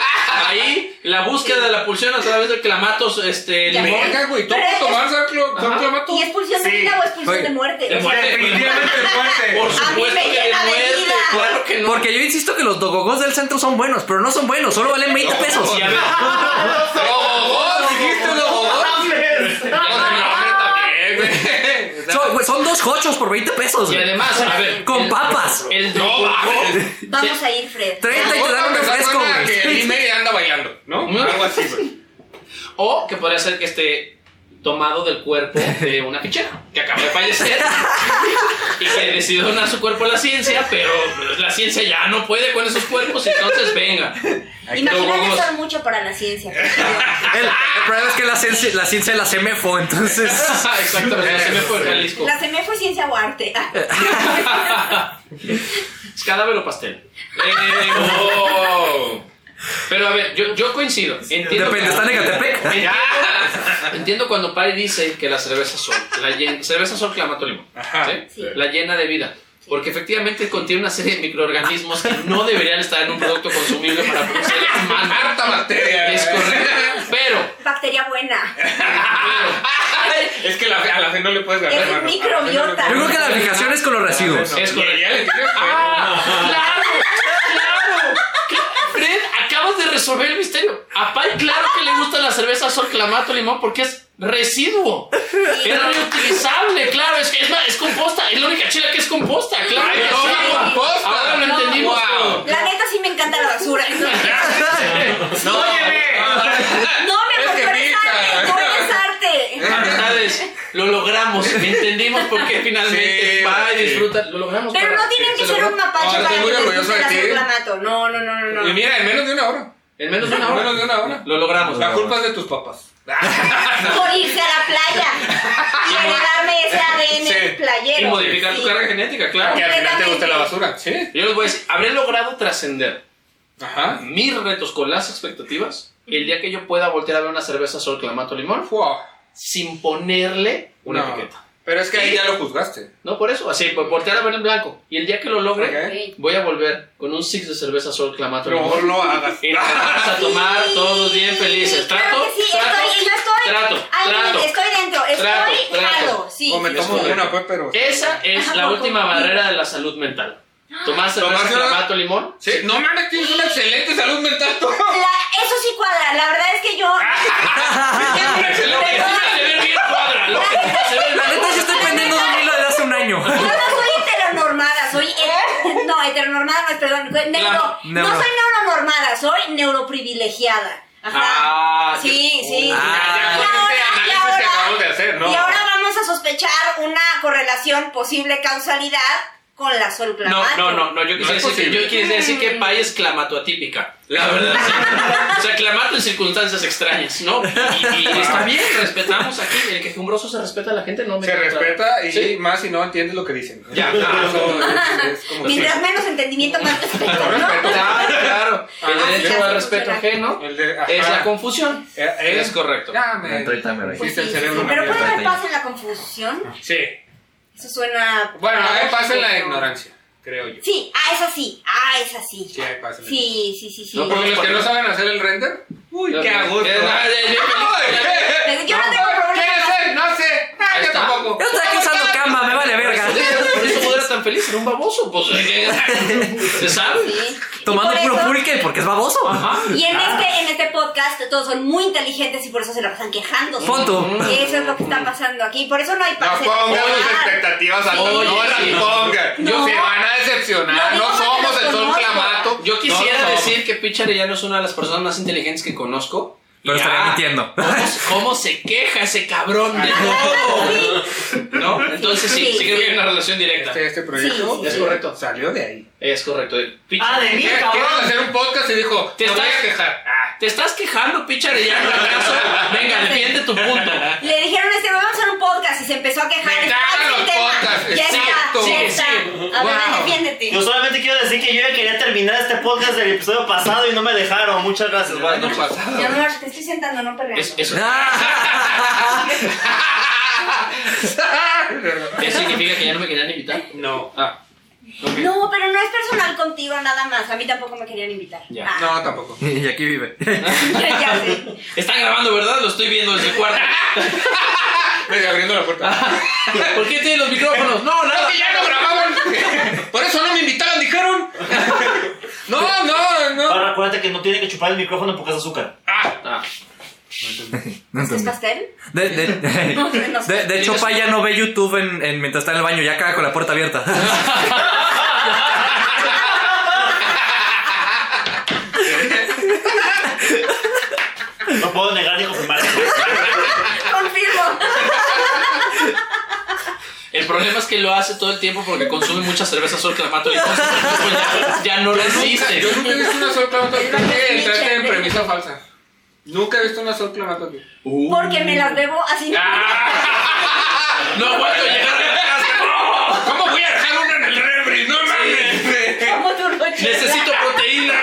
Ahí, la búsqueda de la pulsión a través del clamato, este, Ya. limón. Verga, güey, ¿tú Pero puedes es- tomar solcl- solclamato? ¿Y expulsión de Sí. vida o expulsión Oye, de muerte? de muerte. Definitivamente fuerte. Por A mí supuesto me que de llena de muerte, vida. claro que no. Porque yo insisto que los dogogos del centro son buenos, pero no son buenos, solo valen 20 pesos. Y a ver, ¡Dogogón! ¿Dijiste dogogón? también, Son, güey, son dos hochos por 20 pesos. Y güey. además, a ver. Con el- papas. El dogogón. Vamos a ir, Fred. 30 y te Vamos dan a un empezar refresco. con la que güey. el Mary anda bailando, ¿no? Mm. Algo así, güey. O que podría ser que esté tomado del cuerpo de una pichera que acaba de fallecer y que decidió donar su cuerpo a la ciencia, pero la ciencia ya no puede con esos cuerpos, entonces venga. <laughs> Imagínate Dogogos. son mucho para <laughs> la ciencia. El, el problema es que la ciencia, la ciencia la semefo, entonces. Exactamente, se me fue Jalisco. La CME fue ciencia o arte. Eh. Es cadáver o pastel. Eh, oh. Pero a ver, yo, yo coincido. Entiendo Depende, que- ¿está en <laughs> Ecatepec? Entiendo, entiendo cuando Pari dice que la cerveza sol, la llen- cerveza sol clamato limón, ¿sí? Sí. la llena de vida. Porque efectivamente contiene una serie de microorganismos que no deberían estar en un producto consumible para producir humano. Harta materia. Es correcto. Pero, Bacteria buena. pero, Es que la fe- a la fe no le puedes ganar, Es mano. microbiota. Yo creo que la fijación es con los residuos. Es Pero correcto. Ah. ya le tienes fe. ¡Claro! ¡Claro! ¿Qué? Fred, acabas de resolver el misterio. A Pai, claro que le gusta la cerveza sol, clamato, limón, porque es residuo. Es reutilizable, claro. Es, es, es composta. Es la única chila que es composta, claro. Ay, que no, sí. la composta. Ahora lo entendimos. Wow. todo. La neta sí me encanta la basura. No, No, mi Es amor, que tú eres pica. arte, tú eres arte. Amistades, lo logramos. Entendimos por qué finalmente Sí, va y sí. disfruta. Lo logramos. Pero para- no tienen se que ser logró. un mapache Ahora para estoy muy que les orgulloso de guste la ti. solclamato. No, no, no, no, Y no. mira, en menos de una hora. En menos de una En hora. menos de una hora. Lo logramos. La culpa es de tus papás. Por irse a la playa y heredarme ese ADN Sí. playero. Y modificar tu Sí. carga genética, claro. Que al final te gusta Completamente. la basura. Sí. Yo les voy a decir, habré logrado trascender Ajá. mis retos con las expectativas el día que yo pueda voltear a ver una cerveza sol clamato limón Wow. sin ponerle una No. etiqueta. Pero es que ahí ya lo juzgaste. No por eso, así, pues voltear a ver en blanco. Y el día que lo logre, Ok. voy a volver con un six de cerveza sol clamato Pero limón. mejor no hagas. Y nos vamos a tomar todos bien felices. Claro Trato, que sí, trato, estoy, yo estoy. trato, Ay, trato. Estoy dentro, estoy Trato, trato. claro. Sí. O me sí, tomo sí. una, pues, pero. Esa es la última barrera de la salud mental. Tomar cerveza Tomarse una- clamato limón. Sí, no mames, tienes una excelente salud mental. tú. La- eso sí cuadra, la verdad es que yo. Ah. Lo que Perdón, se ve bien cuadra. Lo que se ve bien La neta, yo estoy vendiendo un hilo desde hace <laughs> un año. Yo no soy heteronormada, soy. he- <laughs> no, heteronormada no es, perdón. neuro- neuro. No soy neuronormada, soy neuroprivilegiada. Ajá. Ah, sí, sí. Ah, y, ya con ahora, este y, análisis que acabamos de ahora, hacer, ¿no? y ahora vamos a sospechar una correlación, posible causalidad con la sol No, clamato. no, no, no, yo quise No es decir, posible. yo quise decir que Pai es clamato atípica. La verdad. sí. <laughs> O sea, clamato en circunstancias extrañas, ¿no? Y, y está bien, respetamos aquí. El quejumbroso se respeta a la gente, no me Se respeta y Sí. más si no entiendes lo que dicen. Ya. Eso es, es como Mientras menos entendimiento, más respeto, ¿no? Claro, claro. El Ah, derecho ya al se respeto funciona. ajeno El de- ajá. es la confusión. Eh, eh. Es correcto. Ya, me- Pues Fuiste el sí, sí, cerebro sí, Pero una puede mierda. haber paz en la confusión. Sí. Eso suena. Bueno, ahí paradójico, pasa en la pero- ignorancia, creo yo. Ah, Sí, ah, es así. Ah, es así. Sí, ahí pasa en la Sí, sí, sí, sí. No, Porque los que no saben hacer el render. Uy, Yo- qué a gusto. Es la- es- yo- ¡Ay! Pero yo no tengo problema. ¿Quieres ser? No sé. Ah, Ahí yo está. tampoco. Yo estoy aquí usando cama, me vale Por verga. eso- por eso Buda era tan feliz, era un baboso. <laughs> Pues, se sabe. Sí. Y Tomando por puro eso- pulque porque es baboso. Ajá. Y en este, en este podcast todos son muy inteligentes y por eso se la pasan quejándose. Punto. Eso es lo que está pasando aquí. Por eso no hay No paz. en pongan el sus hogar. expectativas a Oye, No sí. las pongan. No. Se van a decepcionar. No, No, digo somos que el los sol conozco. clamato. Yo quisiera No, no. decir que Pitch Arellano es una de las personas más inteligentes que conozco. Pero Y, estaría ah, mintiendo. ¿Cómo, cómo se queja ese cabrón de todo? ¿No? Entonces sí, sí creo que hay una relación directa. Este, este proyecto Sí, sí. Es correcto. Salió de ahí. Es correcto. el Pitch- Ah, de mí, Quieren cabrón. hacer un podcast y dijo, Te te voy estás- a quejar. Ah, ¿Te estás quejando, Pitch Arellano? ¿Acaso? Venga, defiende tu punto. Le dijeron a este, vamos a hacer un podcast y se empezó a quejar. Me Está cagan el los tema. podcasts, Ya exacto. está, ya Sí, está. sí. A ver, Wow. defiéndete. Yo solamente quiero decir que yo ya quería terminar este podcast del episodio pasado y no me dejaron. Muchas gracias, buenas año noches. pasado. Mi amor, te estoy sentando, no peleando. Es- eso, Ah. ¿Qué significa que ya no me querían invitar? No. Ah. ok. No, pero no es personal contigo nada más. A mí tampoco me querían invitar. Ya. Ah, No, tampoco. Y aquí vive. <laughs> ya sé. Están grabando, ¿verdad? Lo estoy viendo desde el cuarto. Medio abriendo la puerta. ¿Por qué tienen los micrófonos? No, nada. que ya no grababan. Por eso no me invitaron, dijeron. No, no, no. Ahora acuérdate que no tiene que chupar el micrófono porque es azúcar. Ah, Ah, No ¿Es entendí. pastel? De, de, de- de hecho, Pa ya no ve YouTube en, en- mientras está en el baño, ya caga con la puerta abierta. No puedo negar ni confirmar. <laughs> Confirmo. el problema es que lo hace todo el tiempo porque consume mucha cerveza sol clamato y entonces pues, ya, ya no resiste. yo nunca he visto una sol clamato. Creo que entraste en Chévere. premisa falsa. Nunca he visto una sol clamato aquí. Porque me las bebo así. Ah. No aguanto llegar a la casa. ¿Cómo voy a dejar una en el refri? ¡No mames! Como tú no llegas. Necesito proteína.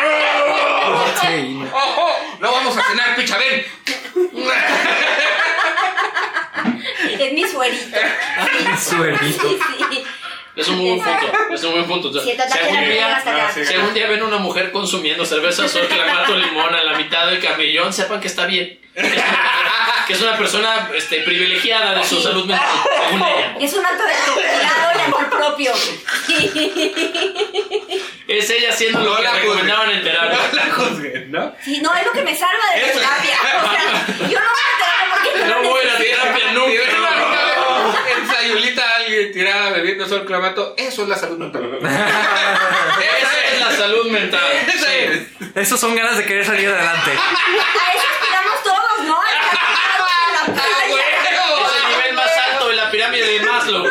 Sí. ¡Ojo! No vamos a cenar, picha, ven. Es mi suerito. Ah, Suerito. Sí, sí. Es un muy buen punto. Es un buen punto. O sea, Si te si ataque la algún piel día- hasta acá. si algún día ven una mujer consumiendo cerveza sol clamato limón a la mitad del camellón, sepan que está bien. que es una persona este, privilegiada de su salud mental, según ella. Es un acto de autocuidado y amor propio. Es ella haciendo lo que Lola, recomendaban en terapia. No la juzguen, ¿no? Sí, no, es lo que me salva de la Eso. terapia. O sea, yo no voy a terapia porque yo No voy a la necesito. terapia nunca. En Sayulita alguien tirada bebiendo sol clamato, eso es la salud <laughs> mental. Esa es la salud mental. Esa es. Esos son ganas de querer salir adelante. A eso aspiramos todos, ¿no? Al caminar Ah, por la playa. Es el nivel más alto de la pirámide de Maslow.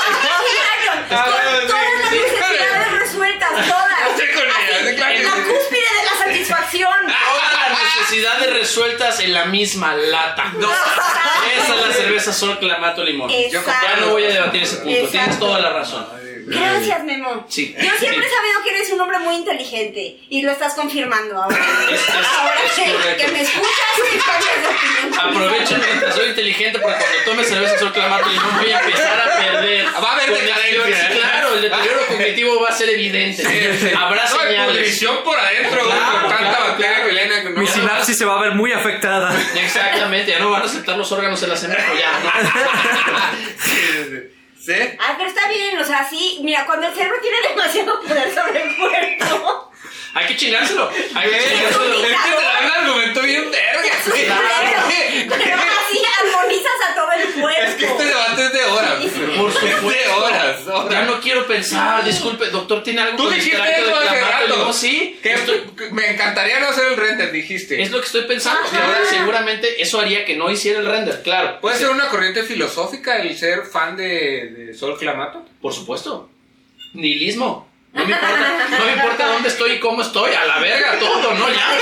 Ah, Claro, con todas las necesidades resueltas, todas. Sí, con ella, sí, claro Así, que la sí. cúspide de la satisfacción. Todas las necesidades resueltas en la misma lata. <laughs> Esa es la cerveza sol clamato limón. Exacto. Ya no voy a debatir ese punto. Exacto. Tienes toda la razón. Gracias, Memo. Sí. Yo siempre he Sí. sabido que eres un hombre muy inteligente y lo estás confirmando ahora. Es- es- ahora es que, correcto. que me escuchas y cambias de opinión. Aprovechen mientras soy inteligente porque cuando tome cerveza sol clamato limón voy a empezar a perder. Va a haber conexión. decadencia, Sí, ¿eh? Claro, el deterioro cognitivo va a ser evidente. Habrá No, hay señales. pudrición por adentro, güey, Claro, con tanta claro, bacteria que le hay en- Mi sinapsis se va a ver muy afectada. Exactamente, ya no van a aceptar los órganos en la semana. pues Ya, no. ¿Sí? Ah, pero está bien, o sea, sí, mira, cuando el cerebro tiene demasiado poder sobre el cuerpo, <laughs> Hay que chingárselo. Hay que chingárselo. Es que te da un argumento bien verga, güey. pero así armonizas a todo el cuerpo. Es que este debate es de horas. Por Es de supuesto. horas, horas. Ya no quiero pensar. Disculpe, doctor, ¿tiene algo Tú con el dijiste terapia de eso hace clamato? Le rato. digo, sí. Que estoy- que me encantaría no hacer el render, dijiste. Es lo que estoy pensando. Y ahora seguramente eso haría que no hiciera el render. Claro. ¿Puede Sí. ser una corriente filosófica el ser fan de, de Sol Clamato? Por supuesto. Nihilismo. No me importa, no me importa dónde estoy y cómo estoy. A la verga, todo, ¿no? Ya.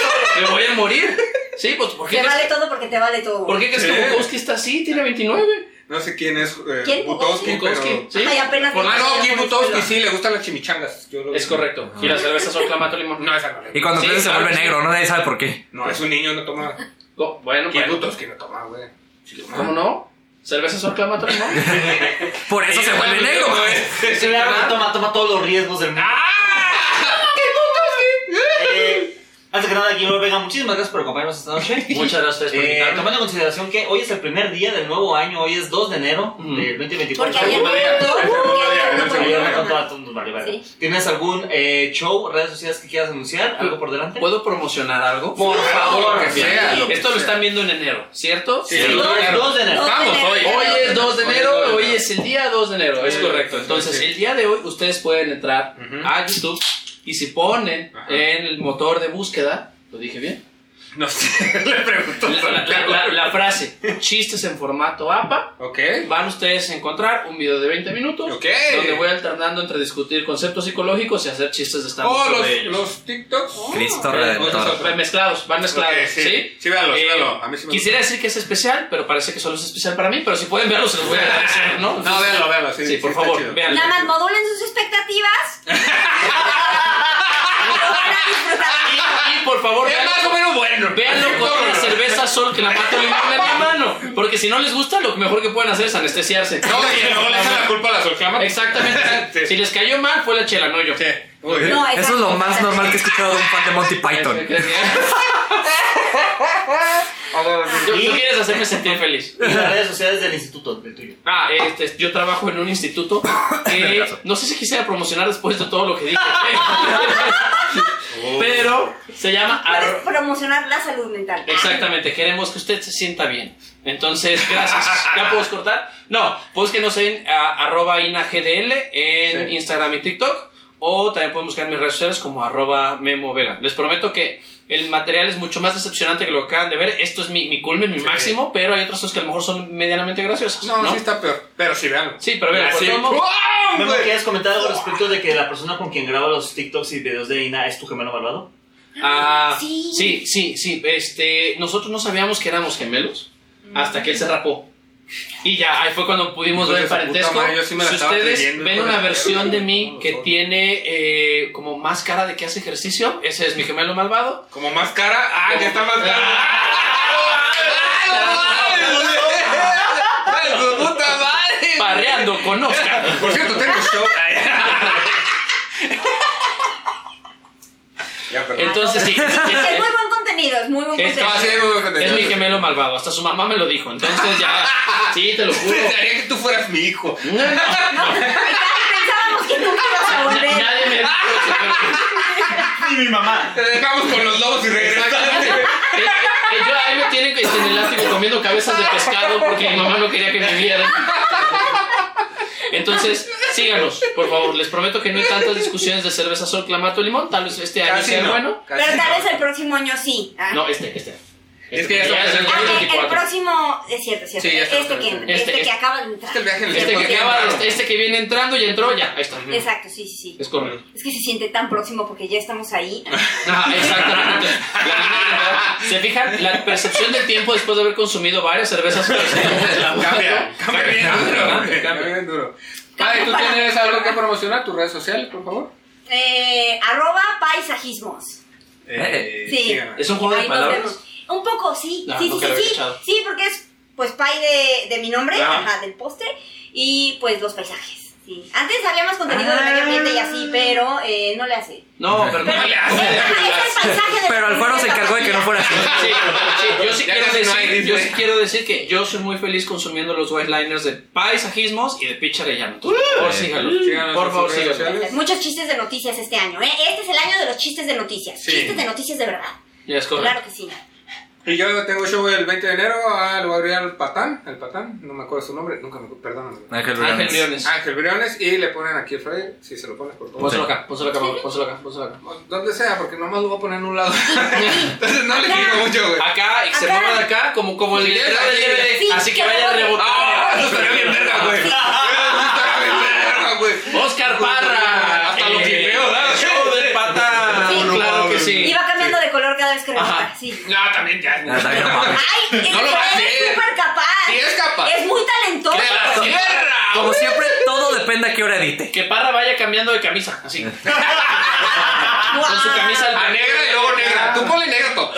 Me voy a morir. Sí, pues ¿por qué Te crees, vale todo porque te vale todo. ¿por qué crees que Sí. Bukowski está así? Tiene 29. No sé quién es eh, ¿Quién? Butowski, Bukowski. pero... Sí. Ay, apenas Por- Ah, no, Kim Bukowski. Butowski sí, le gustan las chimichangas. Yo lo- Es correcto. Y la cerveza son clamato limón. No, esa no. le- Y cuando Sí, crece se claro vuelve que sí. negro, ¿no? nadie sabe por qué. No, es un niño, no toma... No, Bueno, Kim bueno. Butowski no toma, güey. Sí, toma. ¿Cómo no? Cerveza son clamato <laughs> limón. Por eso se vuelve negro. Sí, claro, que toma, toma todos los riesgos del mundo. ¡Ah! Eh, antes que nada, Guillermo Vega, muchísimas gracias por acompañarnos esta noche. <laughs> Muchas gracias por Eh, invitarme. tomando en consideración que hoy es el primer día del nuevo año, hoy es 2 de enero Ujú. del 2024. Porque ayer no todo, porque Ayer ayer me no contó a todo. tu- vale, vale. Sí. ¿Tienes algún eh, show, redes sociales que quieras anunciar? ¿Algo por delante? ¿Puedo promocionar algo? Por favor, que Bien. sea. lo que Esto lo sea. están viendo en enero, ¿cierto? Sí, Sí, lo dos- claro. dos de enero. Vamos, hoy. Hoy es 2 de Hoy es dos de enero, hoy enero. es el día 2 de enero, es Sí, correcto. sí, Entonces, sí. el día de hoy ustedes pueden entrar Ujú. a YouTube y si ponen Ajá. en el motor de búsqueda, lo dije bien, No sé, le pregunto. la, la- la- la- la frase chistes en formato APA, Ok. van ustedes a encontrar un video de 20 minutos Ok. donde voy alternando entre discutir conceptos psicológicos y hacer chistes de stand Oh, sobre los, ellos. los TikToks. Cristo Eh, Redentor. nosotros- Van mezclados, van mezclados, Ok, sí. ¿sí? Eh, Sí, véanlos, véanlo. A mí sí me Quisiera decir que es especial, pero parece que solo es especial para mí, pero si pueden verlo se los voy a agradecer, ¿no? <laughs> No, véanlo, véanlo, sí, por sí, está favor, chido. véanlo. Nada más modulen sus expectativas. <laughs> Lo van a disfrutar. Y, y, por favor, Es véanlo, más o menos bueno. véanlo con una No, cerveza sol que la mato limón en la mano, porque si no les gusta, lo mejor que pueden hacer es anestesiarse. No, y luego le echan la culpa a la solclama. Exactamente. Sí. Si les cayó mal, fue la chela, no yo. Sí. Muy bien. No, Eso es lo más normal que he escuchado de un fan de Monty Python. Tú- Tú quieres hacerme sentir feliz. Y las redes sociales del instituto, del tuyo. Ah, este, yo trabajo en un <coughs> instituto que no sé si quisiera promocionar después de todo lo <laughs> que dije, pero, Oh. pero se llama Puedes Ar- promocionar la salud mental. Exactamente, queremos que usted se sienta bien. Entonces, <laughs> gracias. ¿Ya puedes cortar? No, pues búsquenos en a- arroba inagdl en Sí. Instagram y TikTok o también pueden buscar mis redes sociales como arroba memo vega. Les prometo que el material es mucho más decepcionante que lo que acaban de ver. Esto es mi, mi culmen, mi máximo, pero hay otras cosas que a lo mejor son medianamente graciosas. No, No, sí está peor. Pero sí, véanlo. Ah, Sí, pero véanlo, Así. por todo. ¡Wow, Memo, güey! ¿quieres comentar algo respecto de que la persona con quien graba los TikToks y videos de Ina es tu gemelo malvado? Ah, Sí. sí. sí, sí, Este, nosotros no sabíamos que éramos gemelos hasta que él se rapó. Y ya, ahí fue cuando pudimos Hijo ver de el su puta parentesco. madre, yo sí me la si estaba ustedes creyendo, ven hijo de una la- versión de mí No, que no. tiene eh, como más cara de que hace ejercicio, ese es mi gemelo <laughs> malvado. Como más cara. Ah, ya está más cara. Ah, ¡Ay, su puta madre! Parreando con Oscar. Por cierto, tengo <laughs> show. Ya, perdón. Ah, Entonces, sí, sí, sí, Es muy buen contenidos, muy buen Esto contenido. va a ser muy Es mi contenido. gemelo malvado, hasta su mamá me lo dijo, entonces ya. Sí, te lo <laughs> juro. Pensaría que tú fueras mi hijo. Ay, ya pensábamos que nunca ibas a volver. Nadie me Y mi mamá. Te dejamos con los lobos y regresaste. Eh, eh, yo ahí me tienen este, en el látigo comiendo cabezas de pescado porque mi mamá no quería que me vieran. Entonces, síganos, por favor. Les prometo que no hay tantas discusiones de cerveza sol, clamato, limón. Tal vez este año Casi sea no. bueno. Pero tal vez el próximo año sí. Ah. No, este, este. Este, Es que ya porque estamos en Ah, el el- el 24. próximo. Es cierto, es cierto. Sí, ya está, este que está, entra, está. este, Este, que este. acaba de entrar. Este viaje en el Este tiempo que es acaba, raro. este, este que viene entrando y entró, ya. Ahí está. Exacto, sí, sí, sí. Es correcto. Es que se siente tan próximo porque ya estamos ahí. Ah, exactamente. La línea de edad. ¿Se fijan? La percepción del tiempo después de haber consumido varias cervezas. pues, <laughs> Cambia, cambia bien duro. Cambia Cambia. bien duro. Padre, ¿tú tienes algo que promocionar? ¿Tus redes sociales, por favor? Eh, arroba paisajismos. Eh, Sí. síganme. Es un juego de Ahí nos palabras. vemos. Un poco, sí. Ah, sí, sí, nunca sí, lo había sí. escuchado. Sí, porque es pues pay de, de mi nombre, Ajá. ajá, del póster, y pues los paisajes. Sí. Antes había más contenido de medio ambiente y así, pero eh, no le hace. No, pero no le hace. Ajá, es el paisaje de la Pero Alfaro se primera encargó de que no fuera así. Sí, sí, yo sí, <laughs> Ya quiero casi no hay decir, yo Disney. sí quiero decir que yo soy muy feliz consumiendo los white liners de paisajismos y de pitch arellano. Por favor, sígalos. Uh, eh, Síganos Por en favor, sus redes sígalos. sociales. Muchos chistes de noticias este año, ¿eh? Este es el año de los chistes de noticias. Sí. Chistes de noticias de verdad. Ya es correcto. Claro que sí. Y yo tengo show el 20 de enero, ah, le voy a agregar al Patán, al Patán, no me acuerdo su nombre, nunca me acuerdo, perdóname. Ángel Ángel Briones. Briones. Ángel Briones, y le ponen aquí el Freddy, si se lo pones, por favor. Pónselo acá, pónselo acá, Pablo, pónselo acá, pónselo acá. Donde sea, porque nomás lo voy a poner en un lado. <laughs> Entonces no le quiero mucho, güey. Acá, y se Acá. mueve de acá, como, como el Sí, letrero del sí. IRD. Sí, Así que que vaya ¡Ah! mueve. rebotando. Eso estaría bien verga, <laughs> güey. Eso Ah, estaría bien verga, güey. Oscar Parra. Hasta lo eh, clipeo, ¿verdad? el Show del patán. Sí. Claro que Y sí. va cambiando de color cada vez que Ajá. rebota. Sí. No, también ya. Ah, está bien, mames. ¡Ay! Es No lo que va a eres hacer. súper capaz. Sí, es capaz. Es muy talentoso. ¡De la sierra! Como siempre, todo depende a qué hora edite. Que Parra vaya cambiando de camisa, <laughs> así. Con su camisa al A Ah, negra y luego negra. Tú ponle negro todo.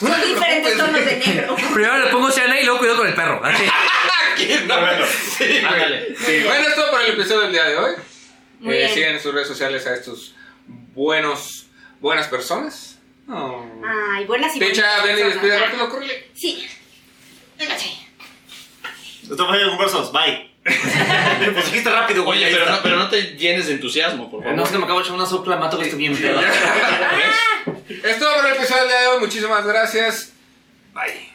Son diferentes tonos de <laughs> negro. Primero le pongo cianay y luego cuidado con el perro. Así. Aquí, no. Sí, güey. Ándale. Sí, Bueno, esto por el episodio del día de hoy. Muy Eh, bien. sigan en sus redes sociales a estos buenos, buenas personas. Oh. Ay, buenas y Picha, bonitas ven y despide personas. Ah, rápido, córrele. Sí. Véngase. Esto fue un versos. <laughs> Bye. Pues dijiste rápido, güey. Oye, ahí pero está. no, pero no te llenes de entusiasmo, por Eh, favor. No, es que me acabo de echar una sopla mato que estoy bien pedo. Es todo por el episodio del día de hoy. Muchísimas gracias. Bye.